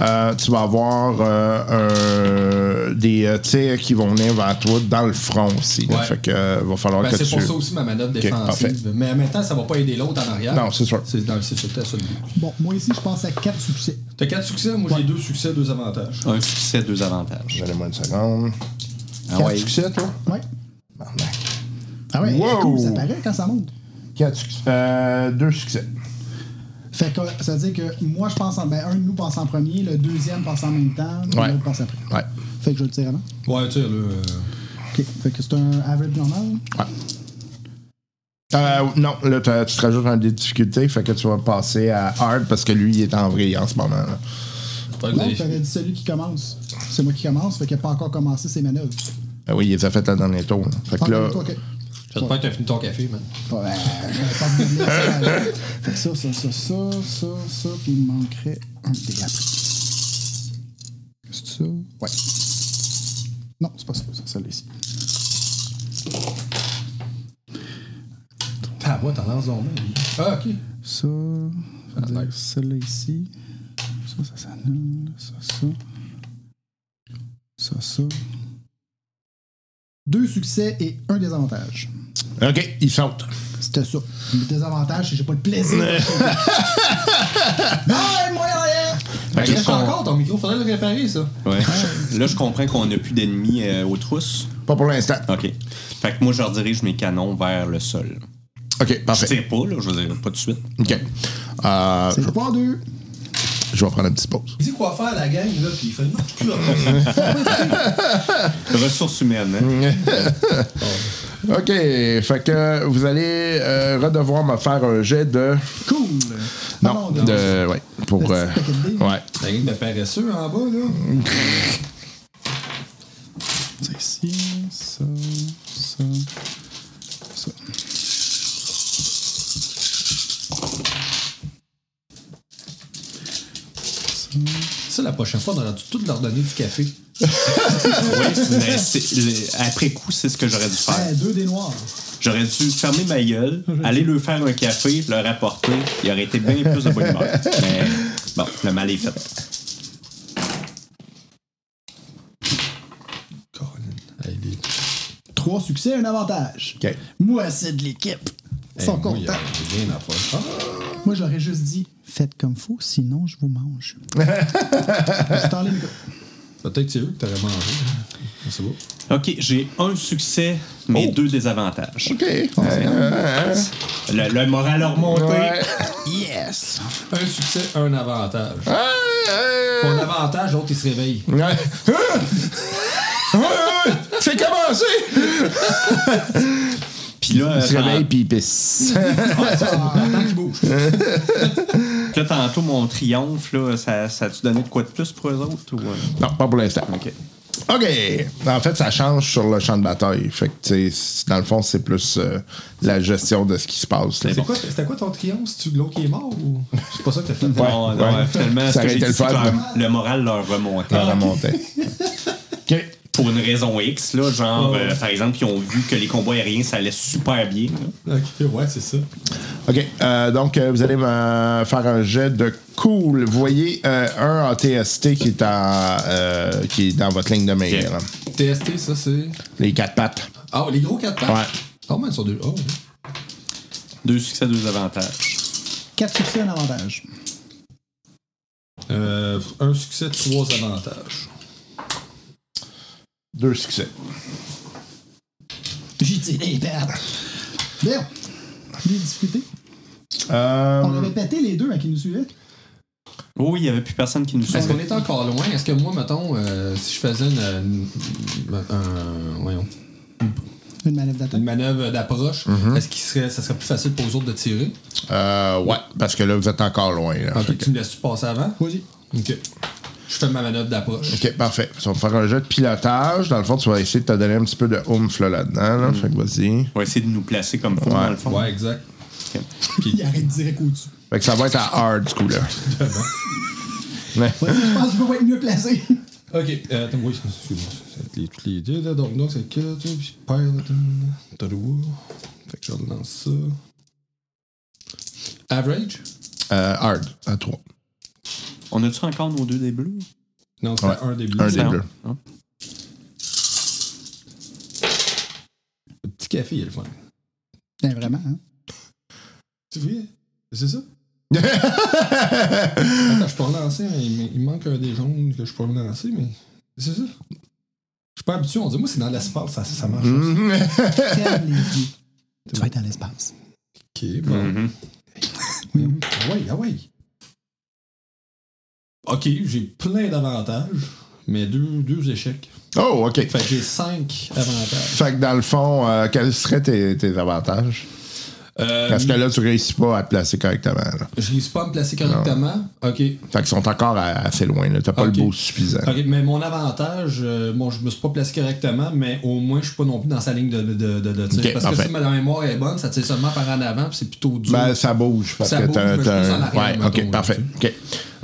Speaker 4: euh, tu vas avoir euh, un- des euh, tirs qui vont venir vers toi dans le front aussi. là.
Speaker 5: Ouais.
Speaker 4: Fait que euh, va falloir
Speaker 5: Ben,
Speaker 4: que
Speaker 5: c'est
Speaker 4: tu.
Speaker 5: pour ça aussi ma manœuvre
Speaker 4: parfait.
Speaker 5: défensive. Mais en même temps, ça va pas aider l'autre en arrière.
Speaker 4: Non, c'est sûr.
Speaker 5: C'est dans c'est sûr, t'as ça.
Speaker 3: Bon, moi ici, je passe à 4 succès.
Speaker 5: T'as 4 succès, moi j'ai 2 succès, 2 avantages.
Speaker 6: Un succès, deux avantages.
Speaker 4: Donnez-moi une seconde.
Speaker 6: Ah
Speaker 4: Quatre
Speaker 6: ouais.
Speaker 4: succès, toi?
Speaker 3: Ouais.
Speaker 4: Barnac.
Speaker 3: Ah ouais,
Speaker 4: Wow!
Speaker 3: cool, ça paraît quand ça monte.
Speaker 4: Quatre succès. Euh, deux succès.
Speaker 3: Fait que euh, ça veut dire que moi, je pense en. Ben, un de nous passe en premier, le deuxième passe en même temps, puis
Speaker 4: Ouais.
Speaker 3: l'autre passe après.
Speaker 4: Ouais.
Speaker 3: Fait que je le tire avant.
Speaker 5: Ouais, tu sais, là. euh,
Speaker 3: Ok. Fait que c'est un average normal.
Speaker 4: Euh, non, là, t'as- tu te rajoutes un des difficultés, fait que tu vas passer à hard parce que lui, il est en vrille en ce moment. là.
Speaker 5: j'espère que vous
Speaker 3: Non,
Speaker 5: avez-
Speaker 3: t'aurais dit celui qui commence. C'est moi qui commence, fait qu'il n'a pas encore commencé ses manœuvres.
Speaker 4: Ah oui, il les a fait la dernière tour. là. Fait que là,
Speaker 3: Encore une fois, ok.
Speaker 5: J'espère que t'as fini ton café, man.
Speaker 3: Ouais, ben, j'aurais pas de blé, ça, Fait que ça, ça, ça, ça, ça, ça, puis il me manquerait un dé après. C'est ça? Ouais. Non, c'est pas ça, c'est celle-ci.
Speaker 5: Ah, moi, t'en lances donc bien. Ah, ok.
Speaker 3: Ça, ça veut dire celle-là ici. Ça, ça s'annule. Ça, ça. Ça, ça. Deux succès et un désavantage.
Speaker 5: Ben.
Speaker 4: OK, il saute.
Speaker 3: C'était ça. Le désavantage, c'est que j'ai pas le plaisir. non, moi, derrière!
Speaker 6: Fait
Speaker 5: Il
Speaker 6: que là, je
Speaker 5: reste
Speaker 6: com-
Speaker 5: encore ton micro, faudrait le réparer, ça.
Speaker 6: ouais. Là, je comprends qu'on n'a plus d'ennemis euh, aux trousses.
Speaker 4: Pas pour l'instant.
Speaker 6: OK. Fait que moi, je redirige mes canons vers le sol.
Speaker 4: OK,
Speaker 6: Je
Speaker 4: parfait.
Speaker 6: tire pas, là, je veux dire, pas de suite.
Speaker 4: OK. Euh,
Speaker 3: C'est le pouvoir deux.
Speaker 4: je vais prendre une petite pause.
Speaker 5: Il dit quoi faire, la gang, là, puis il fait une
Speaker 6: Ressources humaines,
Speaker 4: Mm.
Speaker 6: hein?
Speaker 4: OK, fait que vous allez euh, redevoir me faire un jet de...
Speaker 3: Cool! Ah non,
Speaker 4: Non, de... Ouais, pour...
Speaker 3: Le
Speaker 4: euh,
Speaker 3: petit paquet de dés.
Speaker 4: ouais.
Speaker 5: La gang de paresseux en bas, là.
Speaker 3: C'est ici, ça, ça, ça.
Speaker 5: ça la prochaine fois, on aurait dû tout leur donner du café.
Speaker 6: Oui, mais c'est- le- après coup, c'est ce que j'aurais dû faire.
Speaker 3: Ah, deux des noirs.
Speaker 6: J'aurais dû fermer ma gueule, aller leur faire un café, leur apporter. Il aurait été bien plus de bonne humeur. Mais bon, le mal est fait.
Speaker 3: Trois succès, un avantage.
Speaker 7: OK.
Speaker 3: Moi, c'est de l'équipe. Ils sont
Speaker 5: Moi, il y
Speaker 3: contents.
Speaker 5: a rien à faire. Ah,
Speaker 3: Moi, j'aurais juste dit faites comme faut, sinon je vous mange. je t'enlève les gars.
Speaker 5: Ah, Peut-être que c'est eux que t'aurais mangé. hein. On sait pas.
Speaker 6: OK, j'ai un succès, mais deux désavantages.
Speaker 7: Oh. OK. Euh,
Speaker 6: Le, le moral a remonté.
Speaker 7: ouais.
Speaker 3: Yes!
Speaker 5: Un succès, un avantage.
Speaker 7: Ah,
Speaker 5: Pour
Speaker 7: euh,
Speaker 5: un avantage, l'autre, il se réveille.
Speaker 7: ouais. Ah, ah, C'est commencé!
Speaker 6: Puis là,
Speaker 7: Il se
Speaker 6: euh,
Speaker 7: réveille puis il pisse.
Speaker 5: Tant qu'il bouge.
Speaker 6: Là, tantôt, mon triomphe, là, ça, ça a-tu donné de quoi de plus pour eux autres? Ou, euh?
Speaker 7: Non, pas pour l'instant.
Speaker 6: OK.
Speaker 7: OK. En fait, ça change sur le champ de bataille. Fait que, tu sais, c- dans le fond, c'est plus euh, la gestion de ce qui se passe. là.
Speaker 5: C'est quoi- C'était quoi, ton triomphe? C'est-tu l'autre qui est mort ou. C'est pas ça que t'as fait?
Speaker 6: non, non,
Speaker 7: ouais.
Speaker 6: finalement,
Speaker 7: Ça
Speaker 6: ce que
Speaker 7: aurait
Speaker 6: j'ai
Speaker 7: été le
Speaker 6: dit, c'est que
Speaker 7: fun. Ah.
Speaker 6: leur- le moral leur remontait.
Speaker 7: La
Speaker 5: Ah,
Speaker 7: remontée. OK.
Speaker 6: Pour une raison X, là, genre, euh, par exemple, ils ont vu que les combats aériens, ça allait super bien. là.
Speaker 5: Ok, ouais, c'est ça.
Speaker 7: OK. euh, donc, euh, vous allez me faire un jet de cool. Vous voyez euh, un ATST qui est, en, euh, qui est dans votre ligne de mire.
Speaker 6: Ok.
Speaker 7: là.
Speaker 5: TST, ça, c'est.
Speaker 7: Les quatre pattes.
Speaker 5: Ah, les gros 4 pattes?
Speaker 7: Ouais.
Speaker 5: Oh, mais ils sont deux. Oh, ouais.
Speaker 6: Deux succès, deux avantages.
Speaker 3: Quatre succès, un avantage.
Speaker 5: Euh, un succès, trois avantages.
Speaker 7: Deux succès.
Speaker 3: J'ai dit les pertes. Bien. Les difficultés.
Speaker 7: Euh,
Speaker 3: On avait pété les deux à qui nous suivait.
Speaker 6: Oh, oui, il n'y avait plus personne qui nous suivait.
Speaker 5: Est-ce qu'on est encore loin? Est-ce que moi, mettons, euh, si je faisais une, une- un- voyons,
Speaker 3: Une manœuvre
Speaker 5: une
Speaker 3: d'attaque.
Speaker 5: manœuvre d'approche, est-ce que serait, ça serait plus facile pour les autres de tirer?
Speaker 7: euh, ouais, parce que là, vous êtes encore loin. là.
Speaker 5: Ok,
Speaker 7: Fait que-
Speaker 5: Tu me laisses passer avant?
Speaker 3: Vas-y.
Speaker 5: Ok. Je fais ma manœuvre d'approche.
Speaker 7: OK, parfait. Ça va faire un jet de pilotage. Dans le fond, tu vas essayer de te donner un petit peu de oomph là, là-dedans. là. Fait que vas-y.
Speaker 6: On va essayer de nous placer comme faut,
Speaker 7: Ouais.
Speaker 6: dans le fond.
Speaker 5: Ouais, exact.
Speaker 3: Il arrête direct au-dessus.
Speaker 7: Fait que ça va être à hard, du coup, là. Mais-
Speaker 3: Je pense qu'il va être mieux placé.
Speaker 5: Ok, euh, attends, oui, excuse-moi, ça va être les- toutes les deux, là, donc, donc, c'est que, tu sais, puis père, là, t'as- t'as le bois. Fait que je relance ça. Average?
Speaker 7: Euh, hard, à 3.
Speaker 6: On a-tu encore nos deux des bleus? hein?
Speaker 5: Non, c'est
Speaker 7: Ouais,
Speaker 5: un des bleus.
Speaker 7: Un des
Speaker 6: Non.
Speaker 7: bleus.
Speaker 6: Non.
Speaker 5: Le petit café, il est le fun.
Speaker 3: Ben, vraiment, hein?
Speaker 5: Tu vois? C'est ça? Attends, je peux relancer, hein, il, me- il manque un des jaunes que je peux relancer, mais. C'est ça? Je suis pas habitué, on dit, moi, c'est dans l'espace, ça, ça marche.
Speaker 3: Ferme les yeux. Tu vas être dans l'espace.
Speaker 5: Ok, bon.
Speaker 6: Mhm.
Speaker 5: Ah ouais, ah ouais. Ok, j'ai plein d'avantages, mais deux, deux échecs.
Speaker 7: Oh, OK.
Speaker 5: Fait que j'ai cinq avantages.
Speaker 7: Fait que dans le fond, euh, quels seraient tes, tes avantages?
Speaker 5: Euh,
Speaker 7: Parce que là, tu réussis pas à te placer correctement. là.
Speaker 5: Je risque pas à me placer correctement. Ok.
Speaker 7: Fait qu'ils sont encore à- assez loin. là. T'as pas
Speaker 5: Ok.
Speaker 7: le beau suffisant.
Speaker 5: Ok, mais mon avantage, euh, bon, je me suis pas placé correctement, mais au moins, je suis pas non plus dans sa ligne de, de, de, de tir.
Speaker 7: Ok,
Speaker 5: Parce
Speaker 7: parfait.
Speaker 5: que si ma mémoire est bonne, ça tire seulement par en avant, puis c'est plutôt dur.
Speaker 7: Ben, ça bouge. Parce
Speaker 5: Ça
Speaker 7: que
Speaker 5: bouge,
Speaker 7: t'as-
Speaker 5: mais je
Speaker 7: t'as-
Speaker 5: suis plus en arrière,
Speaker 7: Ouais, ok,
Speaker 5: mettons,
Speaker 7: parfait.
Speaker 5: là,
Speaker 7: ok.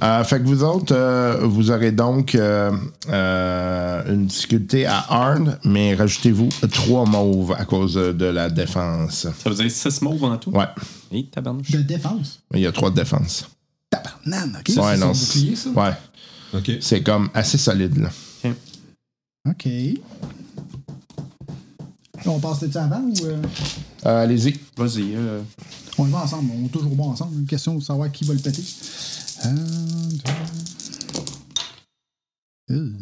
Speaker 7: Euh, fait que vous autres, euh, vous aurez donc euh, euh, une difficulté à Arn, mais rajoutez-vous trois mauves à cause de la défense.
Speaker 6: Ça veut dire six mauves en tout?
Speaker 7: Ouais,
Speaker 6: Et tabarnouche.
Speaker 3: De défense.
Speaker 7: il y a trois de défense.
Speaker 3: Tabarnane, OK?
Speaker 7: ouais,
Speaker 5: c'est son
Speaker 7: c'est-
Speaker 5: bouclier, ça?
Speaker 7: Ouais,
Speaker 5: ok.
Speaker 7: c'est comme assez solide, là.
Speaker 3: OK. On passe le dessus avant ou... euh,
Speaker 7: Euh, Allez-y.
Speaker 6: Vas-y. euh,
Speaker 3: On le va ensemble, on est toujours bon ensemble. Une question de savoir qui va le péter. Un, deux. Euh.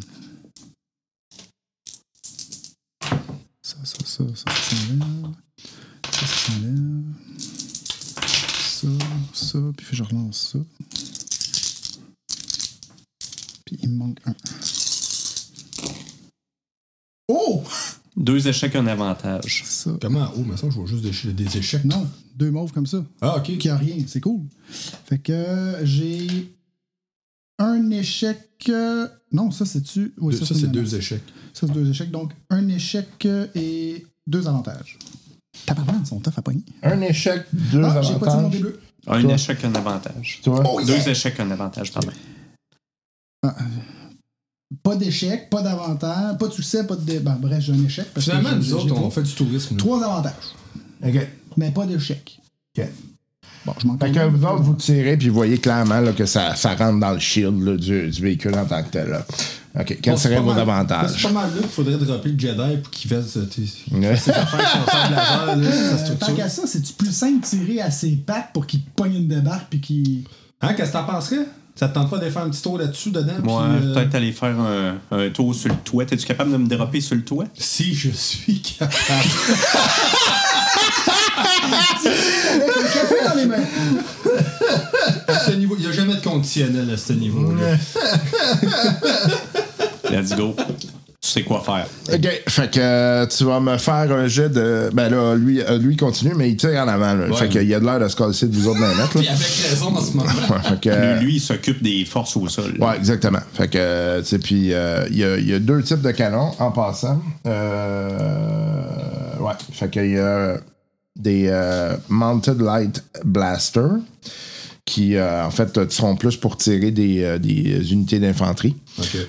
Speaker 3: Ça, ça, ça, ça, ça s'enlève. Ça, ça s'enlève. Ça, ça, puis je relance ça. Puis il me manque un. Oh!
Speaker 6: Deux échecs, un avantage.
Speaker 3: Ça.
Speaker 5: Comment? Oh, mais ça, je vois juste des, des échecs.
Speaker 3: Non, deux mauves comme ça.
Speaker 5: Ah, ok.
Speaker 3: qui a rien. C'est cool. Fait que euh, j'ai un échec. euh, Non, ça c'est-tu. Oui,
Speaker 5: Deux- Euh, ça, c'est
Speaker 3: une
Speaker 5: deux
Speaker 3: annonce.
Speaker 5: échecs.
Speaker 3: Ça, c'est deux échecs. Donc, un échec euh, et deux avantages. Tabarnak, ils sont tough à pogner.
Speaker 7: Un échec, deux
Speaker 3: Ah, j'ai pas dit mon
Speaker 7: avantages.
Speaker 3: début.
Speaker 6: Un
Speaker 7: Toi.
Speaker 5: Oh,
Speaker 6: échec, un avantage.
Speaker 7: Toi?
Speaker 6: Deux échecs, un avantage, pardon.
Speaker 3: Ah. Pas d'échec, pas d'avantage, pas de succès, pas de. dé- Ben, bref, j'ai un échec. parce que
Speaker 5: Finalement,
Speaker 3: j'ai-
Speaker 5: nous
Speaker 3: j'ai
Speaker 5: autres,
Speaker 3: pas-
Speaker 5: on fait du tourisme. nous.
Speaker 3: Trois avantages,
Speaker 4: OK.
Speaker 3: mais pas d'échec.
Speaker 4: OK.
Speaker 3: Bon, je m'en
Speaker 4: Fait que vous autres, vous tirez, puis vous voyez clairement là, que ça, ça rentre dans le shield là, du, du véhicule en tant que tel. là. OK. Quels
Speaker 5: Bon, c'est
Speaker 4: seraient
Speaker 5: pas
Speaker 4: vos
Speaker 5: mal- C'est
Speaker 4: avantages?
Speaker 5: pas mal là qu'il faudrait dropper le Jedi pour qu'il fasse euh, tes-
Speaker 4: Ouais.
Speaker 5: ses affaires qui sont sans blazer, là, sa
Speaker 3: Euh, tant
Speaker 5: structure.
Speaker 3: qu'à ça, c'est-tu plus simple de tirer à ses pattes pour qu'il pogne une débarque puis qu'il.
Speaker 5: Hein, qu'est-ce que t'en penserais? Ça te tente pas de faire un petit tour là-dessus dedans?
Speaker 6: Moi,
Speaker 5: puis, euh,
Speaker 6: peut-être aller faire un, un tour sur le toit. Es-tu capable de me dérober sur le toit?
Speaker 5: Si je suis capable.
Speaker 3: Avec un café dans les mains!
Speaker 5: à ce niveau, il n'y a jamais de conditionnel à ce niveau-là.
Speaker 6: Let's go. tu sais quoi faire.
Speaker 4: OK. Fait que euh, tu vas me faire un jet de. Ben là, lui, euh, lui continue, mais il tire en avant. là. Fait qu'il y a de l'air de se casser de vous autres dans les mains,
Speaker 5: Puis
Speaker 4: là.
Speaker 5: avec raison en ce moment.
Speaker 4: Ouais, fait que, euh,
Speaker 6: Lui, lui, il s'occupe des forces au sol.
Speaker 4: Ouais, exactement. Fait que, euh, tu sais, puis euh, il y, a- il y a deux types de canons en passant. Euh, ouais, fait qu'il y a des euh, Mounted Light Blaster qui, euh, en fait, sont plus pour tirer des, euh, des unités d'infanterie.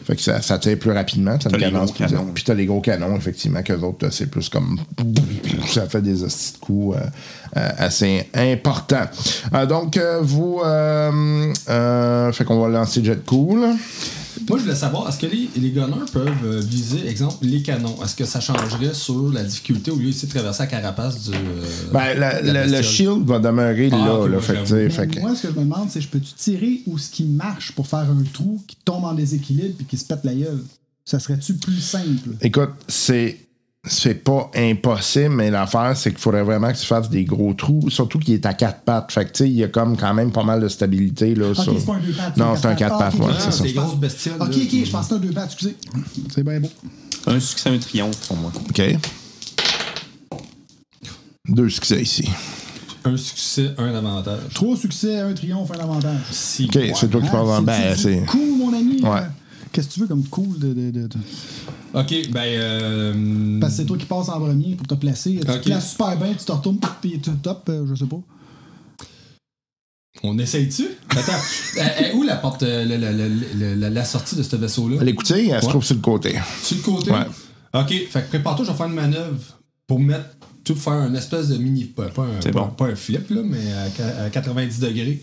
Speaker 4: Fait que ça, ça tire plus rapidement. Ça
Speaker 6: T'as
Speaker 4: ne
Speaker 6: les
Speaker 4: cadence
Speaker 6: gros
Speaker 4: plus vite.
Speaker 6: canons.
Speaker 4: Puis t'as les gros canons, effectivement, qu'eux autres, c'est plus comme... Ça fait des hosties de coups euh, euh, assez importants. Euh, donc, euh, vous... euh, euh, fait qu'on va lancer le jet de coups, là.
Speaker 5: Moi, je voulais savoir, est-ce que les, les gunners peuvent euh, viser, exemple, les canons? Est-ce que ça changerait sur la difficulté au lieu d'essayer de traverser la carapace du. euh,
Speaker 4: Ben, la-
Speaker 5: de la
Speaker 4: la- le
Speaker 5: bestiole?
Speaker 4: shield va demeurer
Speaker 5: Ah,
Speaker 4: là,
Speaker 5: ok,
Speaker 4: là.
Speaker 5: ouais,
Speaker 4: Fait que,
Speaker 5: j'avoue.
Speaker 4: tu sais,
Speaker 3: Mais
Speaker 4: fait que-
Speaker 3: Moi, ce que je me demande, c'est je peux-tu tirer ou ce qui marche pour faire un trou qui tombe en déséquilibre puis qui se pète la gueule? Ça serait-tu plus simple?
Speaker 4: Écoute, c'est. C'est pas impossible, mais l'affaire, c'est qu'il faudrait vraiment que tu fasses des gros trous, surtout qu'il est à quatre pattes. Fait que, tu sais, il y a comme quand même pas mal de stabilité, là.
Speaker 3: Ok,
Speaker 4: sur-
Speaker 3: c'est pas un deux pattes.
Speaker 4: Non, c'est un quatre pattes,
Speaker 3: Ah, ok,
Speaker 4: ouais,
Speaker 5: Ah,
Speaker 4: c'est ça.
Speaker 5: des grosses bestioles.
Speaker 3: Ok,
Speaker 5: là.
Speaker 3: ok, je pense que c'est un deux pattes, excusez. C'est bien beau.
Speaker 6: Un succès, un triomphe pour moi.
Speaker 4: OK. Deux succès ici.
Speaker 5: Un succès, un avantage.
Speaker 3: Trois succès, un triomphe, un avantage.
Speaker 5: Si.
Speaker 4: OK, c'est toi qui parles en
Speaker 3: Ah,
Speaker 4: ben,
Speaker 3: c'est-tu
Speaker 4: c'est.
Speaker 3: du Cool, mon ami!
Speaker 4: Ouais.
Speaker 3: euh, Qu'est-ce que tu veux comme cool de. de- de- de-
Speaker 5: Ok, ben. euh,
Speaker 3: Parce que c'est toi qui passes en premier pour te placer. Tu
Speaker 5: Ok.
Speaker 3: te places super bien, tu te retournes, puis tu top, euh, je sais pas.
Speaker 5: On essaye-tu? Attends, elle est où la porte, euh, la, la- la- la- la- la sortie de ce vaisseau-là?
Speaker 4: L'écoutille, elle se
Speaker 5: Ouais.
Speaker 4: trouve sur le côté.
Speaker 5: Sur le côté?
Speaker 4: Ouais.
Speaker 5: Ok, fait que prépare-toi, je vais faire une manœuvre pour mettre, tout faire un espèce de mini, pas, pas un,
Speaker 6: C'est
Speaker 5: pas-
Speaker 6: bon.
Speaker 5: pas un flip, là, mais à ca- à, 90 degrés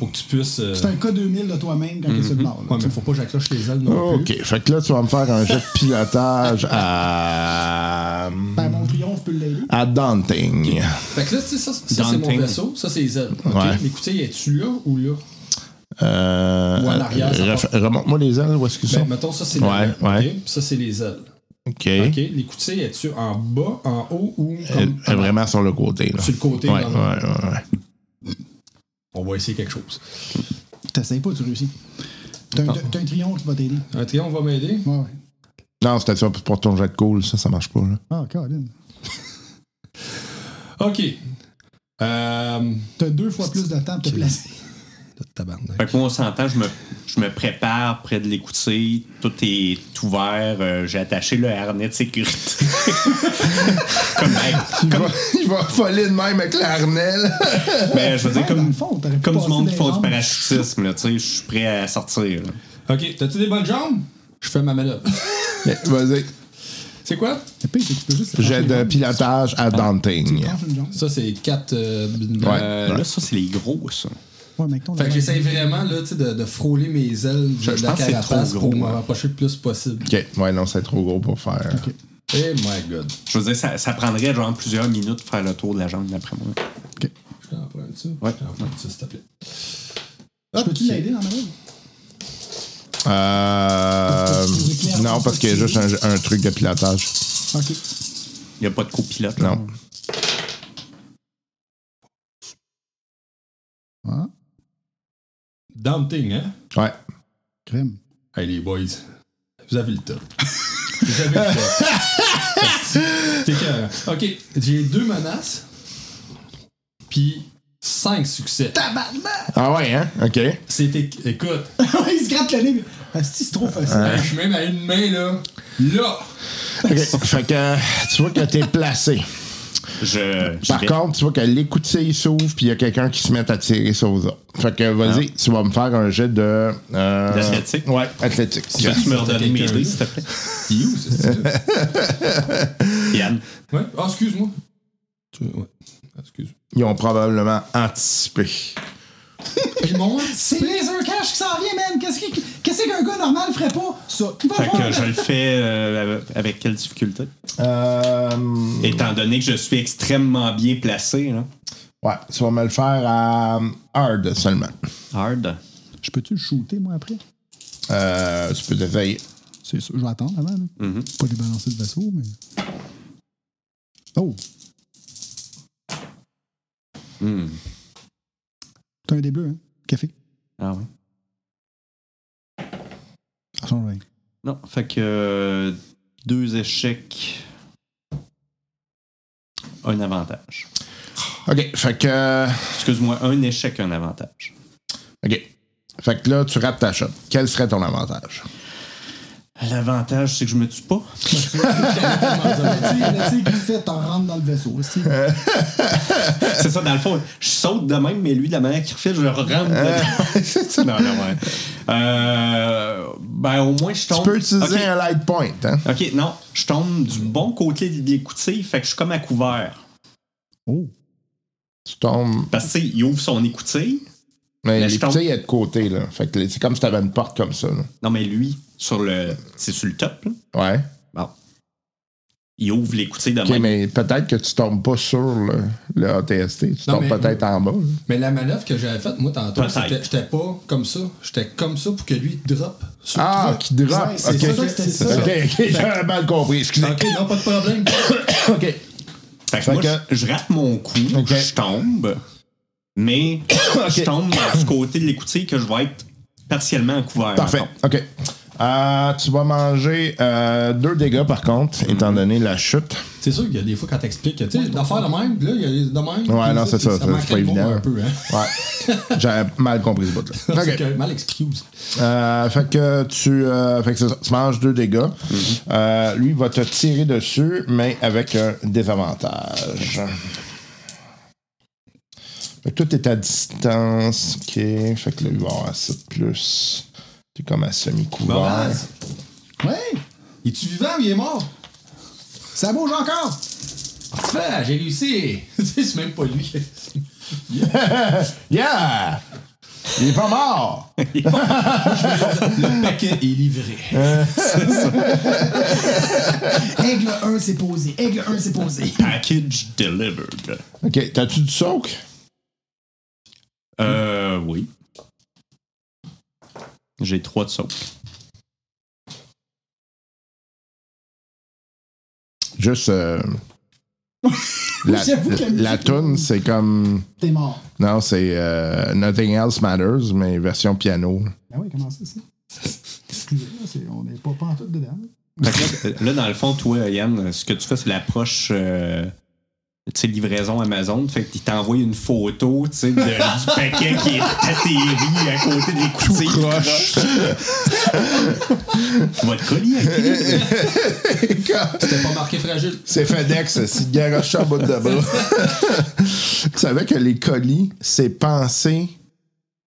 Speaker 5: pour que tu puisses. euh,
Speaker 3: C'est un cas 2000 de toi-même quand t'es sur le bord. là.
Speaker 5: Mhm. Ouais, mais faut pas que j'accroche les ailes non plus.
Speaker 4: OK. Fait que là, tu vas me faire un jet de pilotage à.
Speaker 3: Ben, mon triomphe peut l'aider.
Speaker 5: Ah.
Speaker 4: à Daunting.
Speaker 5: Fait que là, tu sais, ça, ça, c'est mon
Speaker 6: Daunting.
Speaker 5: vaisseau, ça, c'est les ailes. Ok,
Speaker 4: Ouais.
Speaker 5: l'écoutille, es-tu là ou là?
Speaker 4: Euh,
Speaker 5: Ou en arrière, ça
Speaker 4: ref- Remonte-moi les ailes, où est-ce qu'ils
Speaker 5: Ben,
Speaker 4: sont?
Speaker 5: mettons, ça, c'est
Speaker 4: Ouais,
Speaker 5: la
Speaker 4: ouais.
Speaker 5: ok, puis ça, c'est les ailes.
Speaker 4: OK.
Speaker 5: Ok, l'écoutille, es-tu en bas, en haut ou
Speaker 4: Elle-
Speaker 5: comme.
Speaker 4: elle est euh, vraiment sur le côté. Là.
Speaker 5: Sur le côté,
Speaker 4: Ouais,
Speaker 5: dans
Speaker 4: ouais,
Speaker 5: le-
Speaker 4: ouais, ouais.
Speaker 5: On va essayer quelque chose.
Speaker 3: T'essayes pas, tu réussis. T'as
Speaker 5: Ah.
Speaker 3: un, t'as un triomphe qui va t'aider.
Speaker 5: Un triomphe va m'aider.
Speaker 3: Ouais, ouais.
Speaker 4: Non, c'était ça pour ton jet de cool, ça, ça marche pas. Là.
Speaker 3: Ah, Caroline.
Speaker 5: OK. Euh...
Speaker 3: T'as deux fois plus de temps pour te placer.
Speaker 6: Fait que moi, on s'entend, je me, je me prépare près de l'écoutille. Tout est ouvert. euh, J'ai attaché le harnais de sécurité. comme, hey,
Speaker 4: Il, va, Ben, il va voler de même avec l'arnelle.
Speaker 6: ben, je veux dire,
Speaker 3: Ouais, dans le
Speaker 6: comme,
Speaker 3: fond, t'aurais pu
Speaker 6: comme du
Speaker 3: passer
Speaker 6: monde
Speaker 3: des
Speaker 6: qui font du
Speaker 3: jambes.
Speaker 6: parachutisme, là, tu sais, je suis prêt à sortir. là.
Speaker 5: OK, t'as-tu des bonnes jambes? Je fais ma manœuvre.
Speaker 4: Vas-y.
Speaker 5: c'est quoi?
Speaker 3: Le pire, c'est que tu peux juste.
Speaker 4: Jet de pilotage à Daunting.
Speaker 3: Tranche une jambe.
Speaker 5: Ça, c'est 4...
Speaker 6: Euh, Là, ça, c'est les gros, ça.
Speaker 3: Ouais, mec, ton.
Speaker 5: Fait que j'essaie vraiment là, tu sais, de, de frôler mes ailes de
Speaker 6: Je- je
Speaker 5: la
Speaker 6: pense que c'est
Speaker 5: carapace
Speaker 6: trop gros,
Speaker 5: pour me
Speaker 6: hein.
Speaker 5: rapprocher le plus possible.
Speaker 4: OK. Ouais, non, c'est trop gros pour faire.
Speaker 3: Ok.
Speaker 6: Eh,
Speaker 5: Hey my god.
Speaker 6: Je veux dire, ça, ça prendrait genre plusieurs minutes de faire le tour de la jambe, d'après moi.
Speaker 5: Je t'en prends ça.
Speaker 6: Ouais. Ah,
Speaker 5: Je t'en prends ça, s'il te plaît.
Speaker 3: Je peux-tu l'aider dans ma vie?
Speaker 4: Euh, non, parce qu'il y a juste un, un truc de pilotage.
Speaker 3: Ok.
Speaker 6: Il n'y a pas de copilote, là.
Speaker 4: Non.
Speaker 3: Ah,
Speaker 5: Daunting, hein?
Speaker 4: Ouais.
Speaker 3: crème.
Speaker 5: Hey les boys, vous avez le top. vous avez le top. T'es carré. OK, j'ai deux menaces, puis cinq succès.
Speaker 4: Ah ouais, hein? OK.
Speaker 5: C'était... Écoute...
Speaker 3: Il se gratte le nez.
Speaker 5: Ah,
Speaker 3: Asti, c'est trop facile.
Speaker 5: Hey, je suis même à une main, là. Là!
Speaker 4: Ah, OK. Fait que euh, tu vois que t'es placé.
Speaker 6: Je,
Speaker 4: Par
Speaker 6: je vais-
Speaker 4: contre, tu vois que l'écoutille s'ouvre, puis il y a quelqu'un qui se met à tirer sur les autres. Fait que, vas-y, tu vas me faire un jet de. euh,
Speaker 6: D'athlétique?
Speaker 4: Ouais, athlétique.
Speaker 6: Tu peux-tu me redonner mes dés, s'il te plaît?
Speaker 5: Il est où, ce style-là?
Speaker 6: Yann.
Speaker 5: Ouais. Ah, excuse-moi. Tu- Ouais. Excuse.
Speaker 4: Ils ont probablement anticipé.
Speaker 5: Ils m'ont
Speaker 3: C'est Blazer Cash qui s'en vient, man! Qu'est-ce qui- qu'est-ce qu'un gars normal ferait pas? Ça, il va
Speaker 6: Fait
Speaker 3: voir,
Speaker 6: que je le fais euh, avec quelle difficulté?
Speaker 4: Euh,
Speaker 6: Étant donné que je suis extrêmement bien placé, là.
Speaker 4: ouais, tu vas me le faire à euh, hard seulement.
Speaker 6: Hard.
Speaker 3: Je peux-tu le shooter, moi, après?
Speaker 4: Euh, tu peux Mm-hmm. t'essayer.
Speaker 3: C'est sûr, je vais attendre avant. là. Pas débalancer le vaisseau, mais. Oh!
Speaker 4: Hmm.
Speaker 3: T'as un des bleus, hein? Café.
Speaker 6: Ah ouais.
Speaker 3: Ah, son ring.
Speaker 6: Non, fait que euh, deux échecs, un avantage.
Speaker 4: OK, fait que. euh,
Speaker 6: Excuse-moi, un échec, un avantage.
Speaker 4: OK. Fait que là, tu rates ta shot. Quel serait ton avantage?
Speaker 6: L'avantage, c'est que je me tue pas.
Speaker 3: Le tigre qui fait, t'en rentres dans le vaisseau. aussi.
Speaker 6: C'est ça, dans le fond, je saute de même, mais lui, de la manière qu'il refait, je le rentre
Speaker 4: Euh,
Speaker 6: dedans. non, non, ouais. Euh, ben, au moins, je tombe.
Speaker 4: Tu peux utiliser
Speaker 6: Ok.
Speaker 4: un light point, hein?
Speaker 6: Ok, non, je tombe du bon côté de l'écoutille, fait que je suis comme à couvert.
Speaker 3: Oh!
Speaker 4: Tu tombes.
Speaker 6: Parce que, tu sais, il ouvre son écoutille.
Speaker 4: Mais
Speaker 6: Mais je tombe.
Speaker 4: l'écoutille est de côté, là. Fait que c'est comme si t'avais une porte comme ça, là.
Speaker 6: Non, mais lui, sur le. C'est sur le top, là.
Speaker 4: Ouais.
Speaker 6: Bon. Il ouvre l'écoutille de
Speaker 4: OK,
Speaker 6: même.
Speaker 4: mais peut-être que tu tombes pas sur le, le ATST. Tu
Speaker 5: Non,
Speaker 4: tombes
Speaker 5: mais-
Speaker 4: peut-être en bas. là.
Speaker 5: Mais la manœuvre que j'avais faite, moi, tantôt,
Speaker 6: Peut-être.
Speaker 5: c'était- j'étais pas comme ça. J'étais comme ça pour que lui drop. sur
Speaker 4: Ah,
Speaker 5: le truc.
Speaker 4: qui drop.
Speaker 5: Ouais,
Speaker 4: OK,
Speaker 5: c'est ça, c'était ça.
Speaker 4: OK, ok, j'avais mal compris. Excusez.
Speaker 5: Ok, non, pas de problème.
Speaker 4: OK.
Speaker 6: Fait que
Speaker 4: Fait
Speaker 6: moi,
Speaker 4: que-
Speaker 6: je- je rate mon coup,
Speaker 4: Ok.
Speaker 6: je tombe, mais je tombe du côté de l'écoutille que je vais être partiellement à couvert.
Speaker 4: Parfait.
Speaker 6: mettons.
Speaker 4: OK. Euh, tu vas manger euh, deux dégâts, par
Speaker 6: Mm.
Speaker 4: contre, étant donné la chute.
Speaker 5: C'est sûr qu'il y a des fois quand t'expliques, que, tu sais, d'affaires de même, puis là, il y a des de même.
Speaker 4: Ouais,
Speaker 5: puis
Speaker 4: non, c'est ça.
Speaker 5: Ça
Speaker 4: ça, C'est
Speaker 5: manquait
Speaker 4: pas
Speaker 5: de mots
Speaker 4: évident.
Speaker 5: un peu, hein.
Speaker 4: Ouais. J'avais mal compris ce bout-là.
Speaker 5: C'est
Speaker 4: OK.
Speaker 5: que mal excuse.
Speaker 4: Euh, fait que tu, euh, fait que c'est ça, tu manges deux dégâts.
Speaker 3: Mhm.
Speaker 4: Euh, lui va te tirer dessus, mais avec un désavantage. Fait que tout est à distance. OK. Fait que là, il va avoir ça de plus. T'es comme à semi-couvert.
Speaker 5: Boraz,
Speaker 3: Ouais!
Speaker 5: il est-tu vivant ou il est mort?
Speaker 3: Ça bouge encore!
Speaker 5: Parfait, j'ai réussi. Tu sais, c'est même pas lui.
Speaker 4: yeah! Il est pas mort!
Speaker 5: Le paquet est livré.
Speaker 3: Aigle 1 s'est posé. Aigle 1 s'est posé.
Speaker 6: Package delivered.
Speaker 4: OK. T'as-tu du soak?
Speaker 6: Euh, oui. J'ai trois de soak.
Speaker 4: Juste. euh, la,
Speaker 3: J'avoue que la musique-
Speaker 4: la toune, c'est comme.
Speaker 3: T'es mort.
Speaker 4: Non, c'est euh, Nothing Else Matters, mais version piano.
Speaker 3: Ben oui, comment ça, ça? Excusez-moi, c'est- on n'est pas, pas en tout dedans.
Speaker 6: Fait que là, là, dans le fond, toi, Yann, ce que tu fais, c'est l'approche. euh, tu sais, livraison Amazon, fait qu'il t'envoie une photo, tu sais, de- du paquet qui est atterri à côté des coutilles.
Speaker 4: croche.
Speaker 6: Votre colis a été livré.
Speaker 5: C'était pas marqué fragile.
Speaker 4: C'est FedEx, c'est garoché en bout de bras. tu savais que les colis, c'est pensé.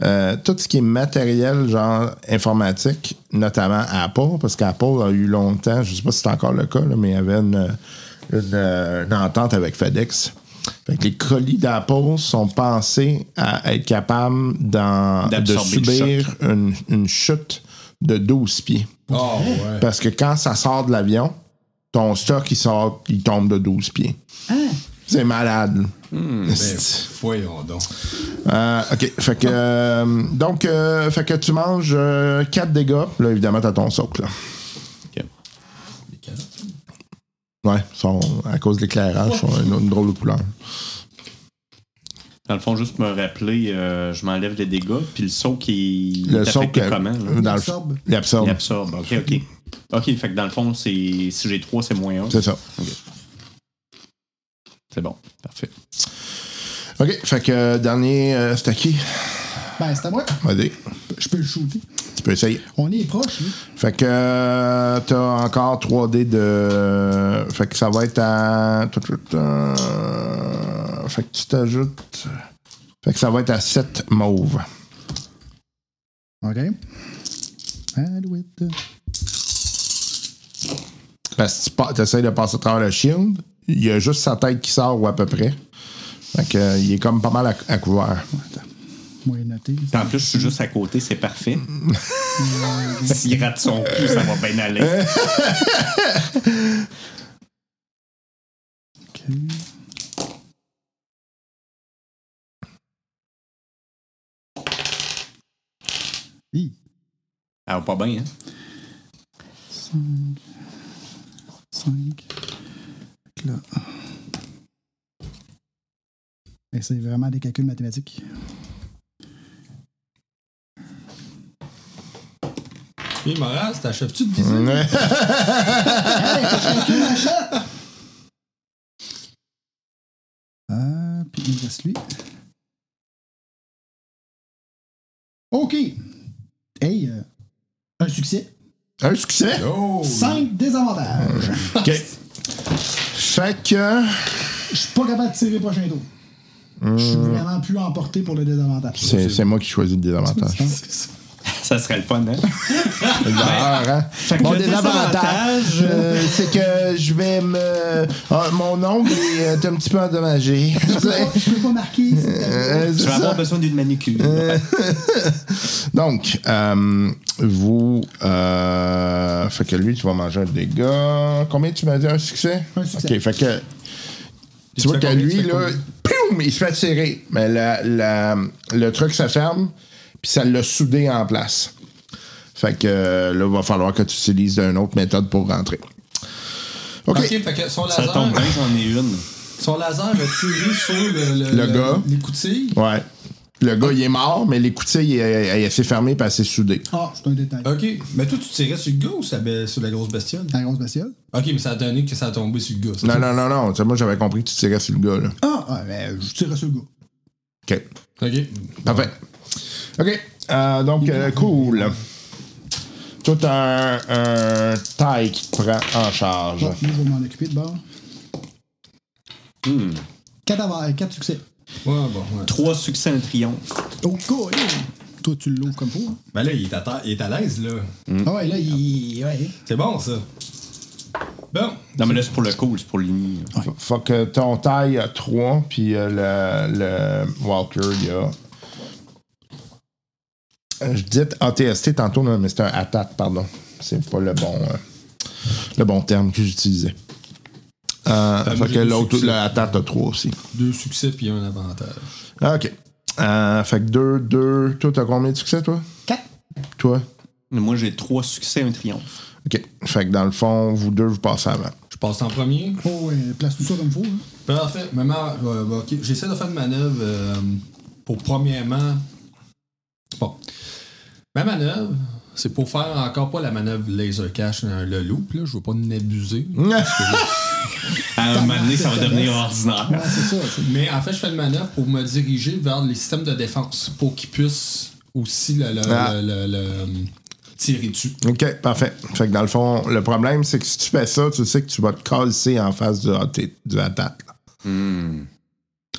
Speaker 4: euh, tout ce qui est matériel, genre informatique, notamment Apple, parce qu'Apple a eu longtemps, je sais pas si c'est encore le cas, là, mais il y avait une, une, euh, une entente avec FedEx. Fait que les colis d'Apple sont pensés à être capables d'en- de
Speaker 6: D'absorber le
Speaker 4: subir une, une chute de 12 pieds.
Speaker 5: Oh, ouais.
Speaker 4: Parce que quand ça sort de l'avion, ton stock, il sort, il tombe de 12 pieds. C'est malade.
Speaker 6: Hmm, ben
Speaker 4: C'est-
Speaker 5: Eh, Voyons donc.
Speaker 4: Euh, OK. Fait que, euh, donc, euh, fait que tu manges 4 dégâts. Là, évidemment, t'as ton socle. Là.
Speaker 5: Les carottes.
Speaker 4: Ouais, sont, à cause de l'éclairage, sont une, une drôle de couleur.
Speaker 6: Dans le fond, juste me rappeler, euh, je m'enlève les dégâts, puis le saut qui
Speaker 4: Le
Speaker 6: est
Speaker 4: socle,
Speaker 6: affecté
Speaker 4: euh,
Speaker 6: comment? là?
Speaker 4: dans le-
Speaker 3: absorbe.
Speaker 4: il absorbe.
Speaker 6: Il absorbe. OK, OK. OK, fait que dans le fond, c'est si j'ai 3, c'est moins 1.
Speaker 4: C'est ça.
Speaker 6: C'est bon. Parfait.
Speaker 4: OK. Fait que, euh, dernier, euh, c'est à qui?
Speaker 3: Ben, c'est à moi.
Speaker 4: Vas-y.
Speaker 3: Je peux le shooter.
Speaker 4: Tu peux essayer.
Speaker 3: On est proche, là.
Speaker 4: Fait que euh, t'as encore 3D de. Fait que ça va être à. tout, tout, euh, Fait que tu t'ajoutes. Fait que ça va être à 7 mauves.
Speaker 3: OK. Alouette.
Speaker 4: Parce que tu essaies de passer à travers le shield. Il y a juste sa tête qui sort ou à peu près. Fait que euh, il est comme pas mal à, à couvert.
Speaker 3: Moi, noté.
Speaker 6: En plus, je suis juste à côté, c'est parfait. S'il rate son cul, ça va bien aller.
Speaker 3: OK. Hi.
Speaker 6: Ça va pas bien, hein?
Speaker 3: 5. 5. Là. Et c'est vraiment des calculs mathématiques.
Speaker 5: Hé, Moraz, t'achèves-tu de visite?
Speaker 3: Ah, puis il me reste lui. OK. Hey, euh, un succès.
Speaker 4: Un succès!
Speaker 3: 5 désavantages.
Speaker 4: OK. Fait que.
Speaker 3: Je suis pas capable de tirer le prochain tour. Je suis vraiment plus emporté pour le désavantage.
Speaker 4: Hmm. C'est c'est moi qui choisis le désavantage.
Speaker 6: Ça serait le fun, hein?
Speaker 4: L'horreur, hein? Mon
Speaker 6: le
Speaker 4: désavantage,
Speaker 6: désavantage,
Speaker 4: euh, c'est que je vais me. Ah, mon ongle est euh, un petit peu endommagé.
Speaker 3: Je peux pas marquer.
Speaker 4: Euh, c'est
Speaker 6: Je vais
Speaker 4: ça.
Speaker 6: avoir besoin d'une manucure.
Speaker 4: Donc, euh, vous. euh, fait que lui, tu vas manger un dégât. Combien tu m'as dit un succès?
Speaker 3: Un succès.
Speaker 4: OK, fait que. Tu,
Speaker 5: tu fais
Speaker 4: vois que
Speaker 5: combien,
Speaker 4: lui,
Speaker 5: tu fais
Speaker 4: là, poum, il se fait tirer. Mais la- la- le truc, ça ferme, puis ça l'a soudé en place. Fait que euh, là, il va falloir que tu utilises une autre méthode pour rentrer. OK.
Speaker 5: Ok, fait que son
Speaker 6: Ça
Speaker 5: laser,
Speaker 6: tombe bien, j'en ai une.
Speaker 5: son laser a tiré sur le, le,
Speaker 4: Le gars.
Speaker 5: Les coutilles.
Speaker 4: Ouais. Le gars, il est mort, mais les coutilles, elle, elle s'est fermée, puis elle s'est soudée.
Speaker 3: Ah, c'est un détail.
Speaker 5: Ok, mais toi, tu tirais sur le gars ou sur la, belle- sur la grosse bestiole?
Speaker 3: La grosse bestiole.
Speaker 5: Ok, mais ça a donné que ça a tombé sur le gars. ça.
Speaker 4: Non, non, non, non. Tu sais, moi, j'avais compris que tu tirais sur le gars, là.
Speaker 3: Ah, ah, ben, je tirerai sur le gars.
Speaker 4: OK.
Speaker 5: Ok.
Speaker 4: Parfait. OK. Euh, donc, euh, cool. Tout un, un taille qui te prend en charge.
Speaker 3: Bon, moi, je vais m'en occuper de bord. Hmm. 4 euh, succès.
Speaker 5: Ouais, bon, ouais.
Speaker 6: Trois succès, un triomphe.
Speaker 3: Oh, cool. Toi, tu l'ouvres comme pour.
Speaker 5: Ben là, il est à, terre- il est à l'aise, là.
Speaker 3: Ah ouais, là, il. Ouais.
Speaker 5: C'est bon, ça. Bon.
Speaker 6: Non, mais là, c'est pour le cool, c'est pour l'uni. là.
Speaker 4: Faut que ton taille a 3, puis euh, le, le Walker, il y a. Euh, Je disais ATST tantôt, là, mais c'est un ATAT, pardon. C'est pas le bon, euh, le bon terme que j'utilisais. Euh,
Speaker 5: Ah, moi,
Speaker 4: fait que
Speaker 5: j'ai deux
Speaker 4: l'autre,
Speaker 5: succès.
Speaker 4: le ATAT a 3 aussi. Ah,
Speaker 5: Deux succès puis un avantage.
Speaker 4: OK. Euh, fait que 2, 2. Toi, t'as combien de succès, toi?
Speaker 3: 4.
Speaker 4: Toi?
Speaker 6: Mais Moi, j'ai trois succès, un triomphe.
Speaker 4: OK. Fait que dans le fond, vous deux, vous passez avant.
Speaker 5: Je passe en premier.
Speaker 3: Oh, ouais, place tout ça comme faut. hein.
Speaker 5: Parfait. Maman, euh, bah, ok. j'essaie de faire une manœuvre euh, pour premièrement. Bon. Ma manœuvre, c'est pour faire encore pas la manœuvre laser cache, euh, le loop, là. Je veux pas en abuser.
Speaker 6: À un moment donné, ça va devenir ordinaire.
Speaker 3: Ouais, c'est ça. c'est-
Speaker 5: Mais en fait, je fais une manœuvre pour me diriger vers les systèmes de défense pour qu'ils puissent aussi le, le-
Speaker 4: Ah.
Speaker 5: le- le- le- tirer dessus.
Speaker 4: OK, parfait. Fait que dans le fond, le problème, c'est que si tu fais ça, tu sais que tu vas te casser en face du, AT, du ATAT. là.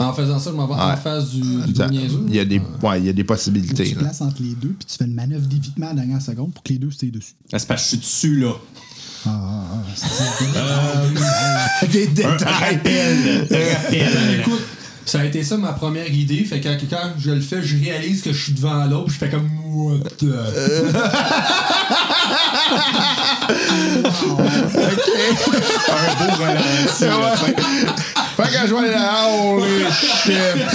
Speaker 5: En faisant ça, je m'en vais en face du, du gros niaiseux.
Speaker 4: Il y a des, ouais, il y a des possibilités.
Speaker 3: Tu
Speaker 4: là.
Speaker 3: places entre les deux, puis tu fais une manœuvre d'évitement à la dernière seconde pour que les deux se tirent dessus.
Speaker 6: Ah, C'est parce que je suis dessus, là.
Speaker 4: Des détails.
Speaker 6: Euh, Rappel! Rappel!
Speaker 5: Écoute, ça a été ça ma première idée. Fait que quand, quand je le fais, je réalise que je suis devant l'autre. Je fais comme. What the-
Speaker 6: Un beau ralenti,
Speaker 7: Ah,
Speaker 6: là, tu sais.
Speaker 4: Fait que je vois là, holy shit.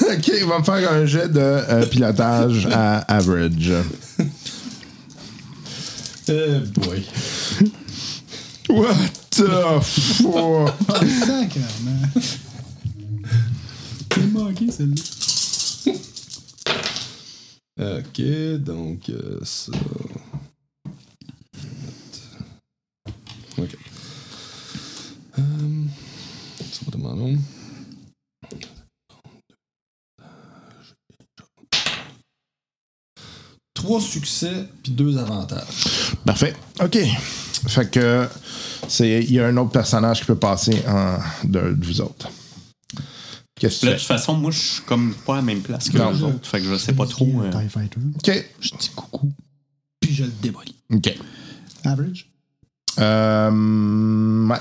Speaker 4: OK, il va me faire un jet de euh, pilotage à average.
Speaker 5: Euh, boy.
Speaker 4: What the fuck?
Speaker 3: Sacrement. hein, C'est manqué, celle-là.
Speaker 5: Ok, donc euh, ça. Ok. Euh, ça va demander long. trois succès puis deux avantages.
Speaker 2: Parfait. OK. Fait que c'est il y a un autre personnage qui peut passer en, de, de vous autres. Qu'est-ce
Speaker 6: Là,
Speaker 2: que
Speaker 6: de
Speaker 2: tu
Speaker 6: toute
Speaker 2: fais?
Speaker 6: façon, moi, je suis comme pas à la même place que
Speaker 2: Non.
Speaker 6: les autres. Fait que je sais pas trop.
Speaker 2: hein.
Speaker 6: euh,
Speaker 3: TIE Fighter.
Speaker 2: OK.
Speaker 3: Je dis coucou. Puis je le démolis.
Speaker 2: OK.
Speaker 3: Average.
Speaker 2: Euh, ouais.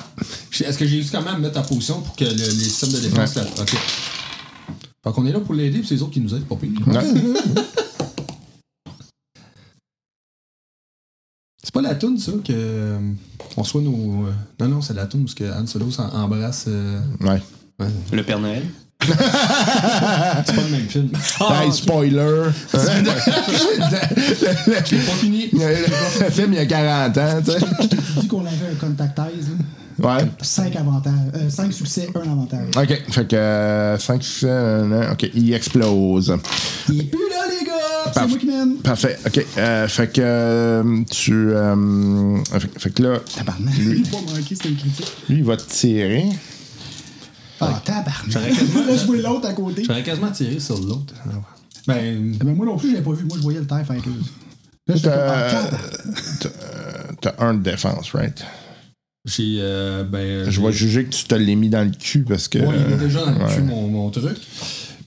Speaker 5: J'ai- Est-ce que j'ai juste quand même à me mettre en position pour que le- les systèmes de défense. la- Ok. Fait qu'on est là pour l'aider, puis c'est les autres qui nous aident, pas pire.
Speaker 2: Ouais.
Speaker 5: C'est pas la toune, ça, que. euh, On soit nos. euh, Non, non, c'est la toune, parce que Han Solo s'en- embrasse. euh,
Speaker 2: Ouais.
Speaker 6: Le Père Noël.
Speaker 5: C'est pas le même film.
Speaker 2: Hey, spoiler.
Speaker 5: J'ai pas fini.
Speaker 2: Le film, il y a 40 ans, tu sais.
Speaker 3: Tu dis qu'on avait un contact eyes, là.
Speaker 2: Ouais.
Speaker 3: 5 avantages. 5 succès, 1 avantage.
Speaker 2: OK. Fait
Speaker 4: euh,
Speaker 2: que 5, 6, OK. Il explose.
Speaker 3: Et puis là, les gars, c'est
Speaker 2: Parf-
Speaker 3: moi qui mène.
Speaker 2: Parfait. OK. Euh, fait que euh, tu. euh, fait, fait que là,
Speaker 3: Tabarnak. Il pas manqué, c'était une critique.
Speaker 2: lui, il va te tirer.
Speaker 3: Ah, tabarnak.
Speaker 5: J'aurais quasiment-
Speaker 3: Là, je voulais l'autre à côté.
Speaker 5: J'aurais quasiment tiré sur l'autre. Ben.
Speaker 3: Eh ben, moi non plus, j'avais pas vu. Moi, je voyais le TIE Fighter. Là, j'étais comme, ah,
Speaker 2: T'as
Speaker 3: tabarnak.
Speaker 2: t'as- t'as un de défense, right?
Speaker 5: J'ai. euh, ben.
Speaker 2: Je
Speaker 5: j'ai-
Speaker 2: vais juger que tu te l'as mis dans le cul parce que. euh,
Speaker 5: Ouais, il est déjà dans le
Speaker 2: ouais,
Speaker 5: cul, mon, mon truc.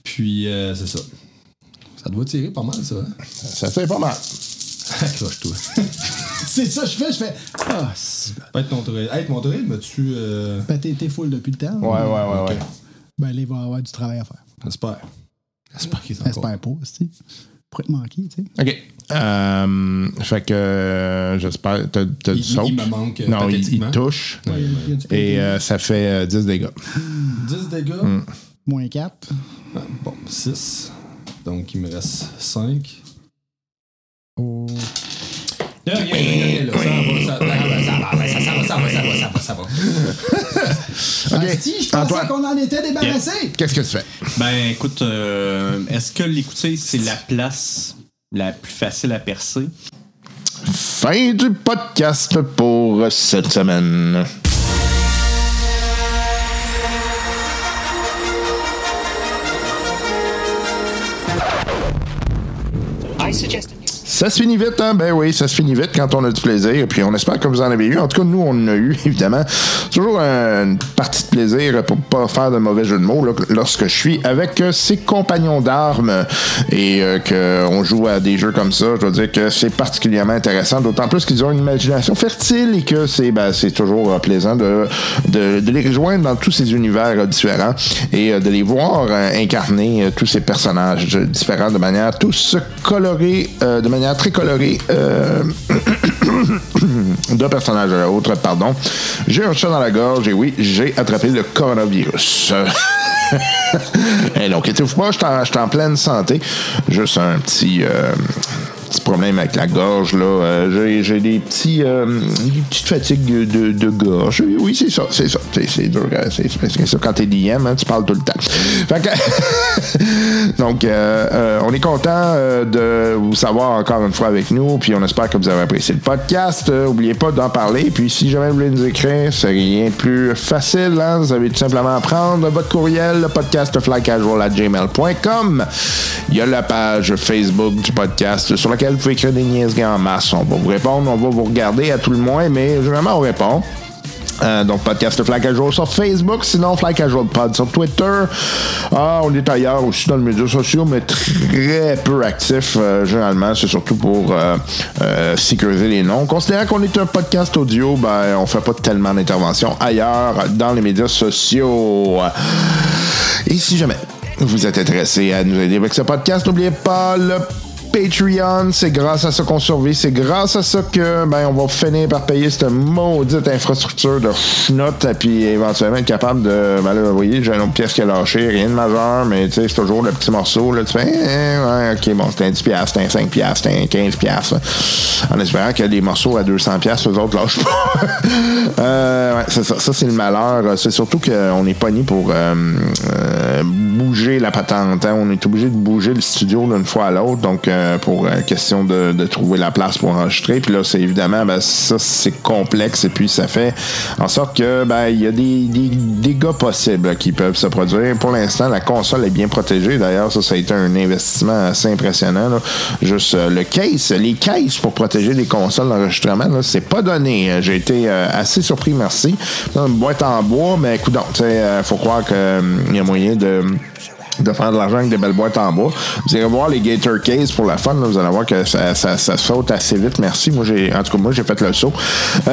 Speaker 5: Puis, euh, c'est ça. Ça doit tirer pas mal, ça. Hein?
Speaker 2: Ça fait pas mal.
Speaker 5: Cloche-toi.
Speaker 3: C'est ça, je fais, je fais. Ah, c'est-
Speaker 5: Être mon drill. Être mon drill, m'as-tu. Euh...
Speaker 3: ben, t'es t'es full depuis le temps.
Speaker 2: Ouais, ouais, ouais, ouais.
Speaker 3: Ben, là, il va avoir du travail à faire.
Speaker 5: J'espère. J'espère qu'ils sont encore.
Speaker 3: Espère pas, tu sais. Pourrait te manquer, tu sais.
Speaker 2: OK. Euh, fait que euh, j'espère. T'as t'as du
Speaker 5: Il- il-
Speaker 2: saut.
Speaker 5: il me manque, euh,
Speaker 2: Non, il- il,
Speaker 5: pathétiquement.
Speaker 2: touche.
Speaker 5: Ouais, ouais.
Speaker 3: Il y a du
Speaker 2: Et euh, ça fait euh, 10 dégâts.
Speaker 5: 10 dégâts.
Speaker 2: Hmm.
Speaker 3: Moins 4.
Speaker 5: Ouais, Bon, 6. Donc, il me reste 5. Là, rien, rien, là, ça va, ça va, ça va, ça va, ça va, ça va, ça va, ça va.
Speaker 3: Ah, Si, je pensais
Speaker 2: Antoine.
Speaker 3: qu'on en était débarrassé.
Speaker 2: Qu'est-ce que tu fais?
Speaker 6: Ben, écoute, euh, est-ce que l'écouter, c'est la place la plus facile à percer?
Speaker 2: Fin du podcast pour cette semaine.
Speaker 8: I suggest a new
Speaker 2: Ça se finit vite, hein? Ben oui, ça se finit vite quand on a du plaisir. Et puis on espère que vous en avez eu. En tout cas, nous, on en a eu, évidemment. Toujours une partie de plaisir pour pas faire de mauvais jeu de mots là, lorsque je suis avec euh, ses compagnons d'armes et qu'on joue à des jeux comme ça. Je dois dire que c'est particulièrement intéressant, d'autant plus qu'ils ont une imagination fertile et que c'est ben, c'est toujours euh, plaisant de, de, de les rejoindre dans tous ces univers euh, différents et euh, de les voir euh, incarner euh, tous ces personnages euh, différents de manière tous colorés, euh, de manière très colorée. euh, de personnage à l'autre, pardon. J'ai un chat dans la gorge et oui, j'ai attrapé le coronavirus. et Eh, donc, inquiétez-vous pas, je suis en- je suis en pleine santé. Juste un petit, euh, petit problème avec la gorge, là. Euh, j'ai- j'ai des petits euh, des petites fatigues de, de gorge. Oui, Oui, c'est ça, c'est ça. C'est- C'est dur, euh, c'est c'est ça. Quand t'es DM, hein, tu parles tout le temps. Fait que- donc, euh, euh, on est content euh, de vous savoir encore une fois avec nous, puis on espère que vous avez apprécié le podcast. Euh, N'oubliez pas d'en parler, puis si jamais vous voulez nous écrire, c'est rien de plus facile. hein. Vous avez tout simplement à prendre votre courriel, le podcast gmail.com. Il y a la page Facebook du podcast sur laquelle vous pouvez écrire des niaiseries en masse. On va vous répondre, on va vous regarder à tout le moins, mais généralement, on répond. Euh, donc, podcast Fly Casual sur Facebook, sinon Fly Casual Pod sur Twitter. Ah, on est ailleurs aussi dans les médias sociaux, mais très peu actifs. euh, généralement, c'est surtout pour euh, euh, sécuriser les noms. Considérant qu'on est un podcast audio, ben, on fait pas tellement d'interventions ailleurs dans les médias sociaux. Et si jamais vous êtes intéressé à nous aider avec ce podcast, n'oubliez pas le Patreon, c'est grâce à ça qu'on survit, c'est grâce à ça que ben on va finir par payer cette maudite infrastructure de chenottes et puis éventuellement être capable de ben là, vous voyez, j'ai une autre pièce qui a lâché, rien de majeur, mais tu sais, c'est toujours le petit morceau là, tu fais eh, ouais, OK, bon, c'est un 10 c'est un 5 c'est un 15 en espérant que les morceaux à 200 pièces les autres lâchent pas. Euh, ouais, c'est ça, ça c'est le malheur, c'est surtout qu'on est pogné pour euh, euh, bouger bouger la patente. hein. On est obligé de bouger le studio d'une fois à l'autre, donc euh, pour euh, question de, de trouver la place pour enregistrer. Puis là, c'est évidemment, ben, ça, c'est complexe et puis ça fait en sorte que ben, il y a des, des dégâts possibles là, qui peuvent se produire. Pour l'instant, la console est bien protégée. D'ailleurs, ça, ça a été un investissement assez impressionnant. là. Juste euh, le case, les cases pour protéger les consoles d'enregistrement, là, c'est pas donné. Euh, J'ai été euh, assez surpris, merci. Dans Une boîte en bois, mais écoute, il euh, faut croire qu'il y a moyen de de faire de l'argent avec des belles boîtes en bois. Vous irez voir les Gator Case pour la fun. là. Vous allez voir que ça, ça- ça saute assez vite. Merci. Moi, j'ai, en tout cas, moi, j'ai fait le saut.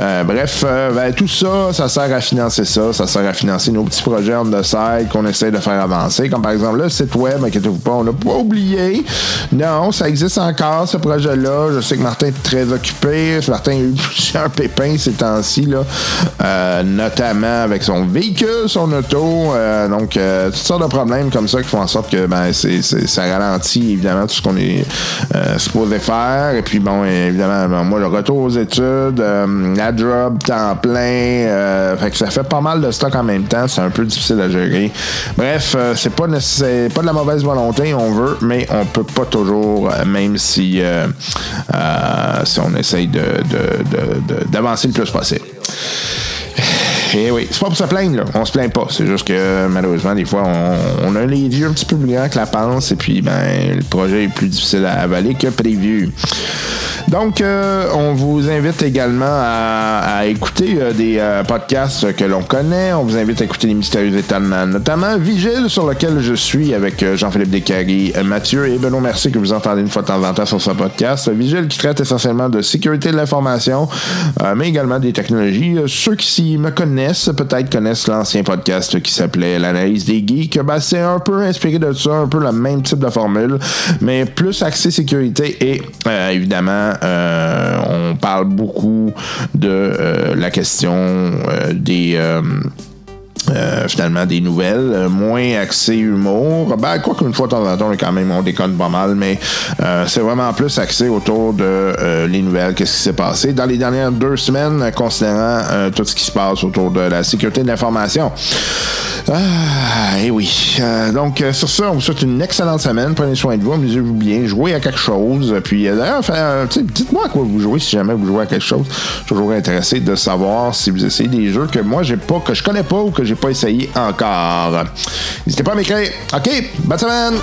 Speaker 2: Euh, bref, euh, ben, tout ça, ça sert à financer ça. Ça sert à financer nos petits projets on the side qu'on essaie de faire avancer. Comme par exemple le site web, inquiétez-vous pas, on n'a pas oublié. Non, ça existe encore, ce projet-là. Je sais que Martin est très occupé. Martin a eu plusieurs pépins ces temps-ci, là. Euh, notamment avec son véhicule, son auto. euh, donc, euh, toutes sortes de problèmes comme ça qui font en sorte que ben, c'est- c'est- ça ralentit évidemment tout ce qu'on est euh, supposé faire. Et puis, bon, évidemment, ben, moi, le retour aux études, euh, la job, temps plein. euh, fait que ça fait pas mal de stock en même temps. C'est un peu difficile à gérer. Bref, euh, c'est pas, nécess- c'est pas de la mauvaise volonté, on veut, mais on peut pas toujours, euh, même si, euh, euh, si on essaye de- de- de- de- d'avancer le plus possible. Eh oui, c'est pas pour se plaindre, là. On se plaint pas. C'est juste que, malheureusement, des fois, on, on a les yeux un petit peu plus grands que la panse, et puis, ben, le projet est plus difficile à avaler que prévu. Donc, euh, on vous invite également à, à écouter euh, des euh, podcasts que l'on connaît. On vous invite à écouter Les Mystérieux Étonnants, notamment Vigile, sur lequel je suis avec euh, Jean-Philippe Descaries, euh, Mathieu et Benoît Merci, que vous entendez une fois de temps en temps sur ce podcast. Vigile qui traite essentiellement de sécurité de l'information, euh, mais également des technologies. Euh, Ceux qui s'y me connaissent, peut-être connaissent l'ancien podcast qui s'appelait L'analyse des geeks. Ben, c'est un peu inspiré de ça, un peu le même type de formule, mais plus axé sécurité et euh, évidemment, euh, on parle beaucoup de euh, la question euh, des. euh, euh, finalement des nouvelles, euh, moins axé humour. Ben, quoi qu'une fois de temps en temps, on est quand même, on déconne pas mal, mais euh, c'est vraiment plus axé autour de euh, les nouvelles, qu'est-ce qui s'est passé dans les dernières deux semaines, euh, considérant euh, tout ce qui se passe autour de la sécurité de l'information. Ah, et oui. Euh, donc, euh, sur ça, on vous souhaite une excellente semaine. Prenez soin de vous, amusez-vous bien, jouez à quelque chose. Puis, euh, d'ailleurs, fa- euh, tu sais, dites-moi à quoi vous jouez si jamais vous jouez à quelque chose. Je suis toujours intéressé de savoir si vous essayez des jeux que moi, j'ai pas, que je connais pas ou que j'ai pas essayé encore. N'hésitez pas à m'écrire. OK, bonne semaine!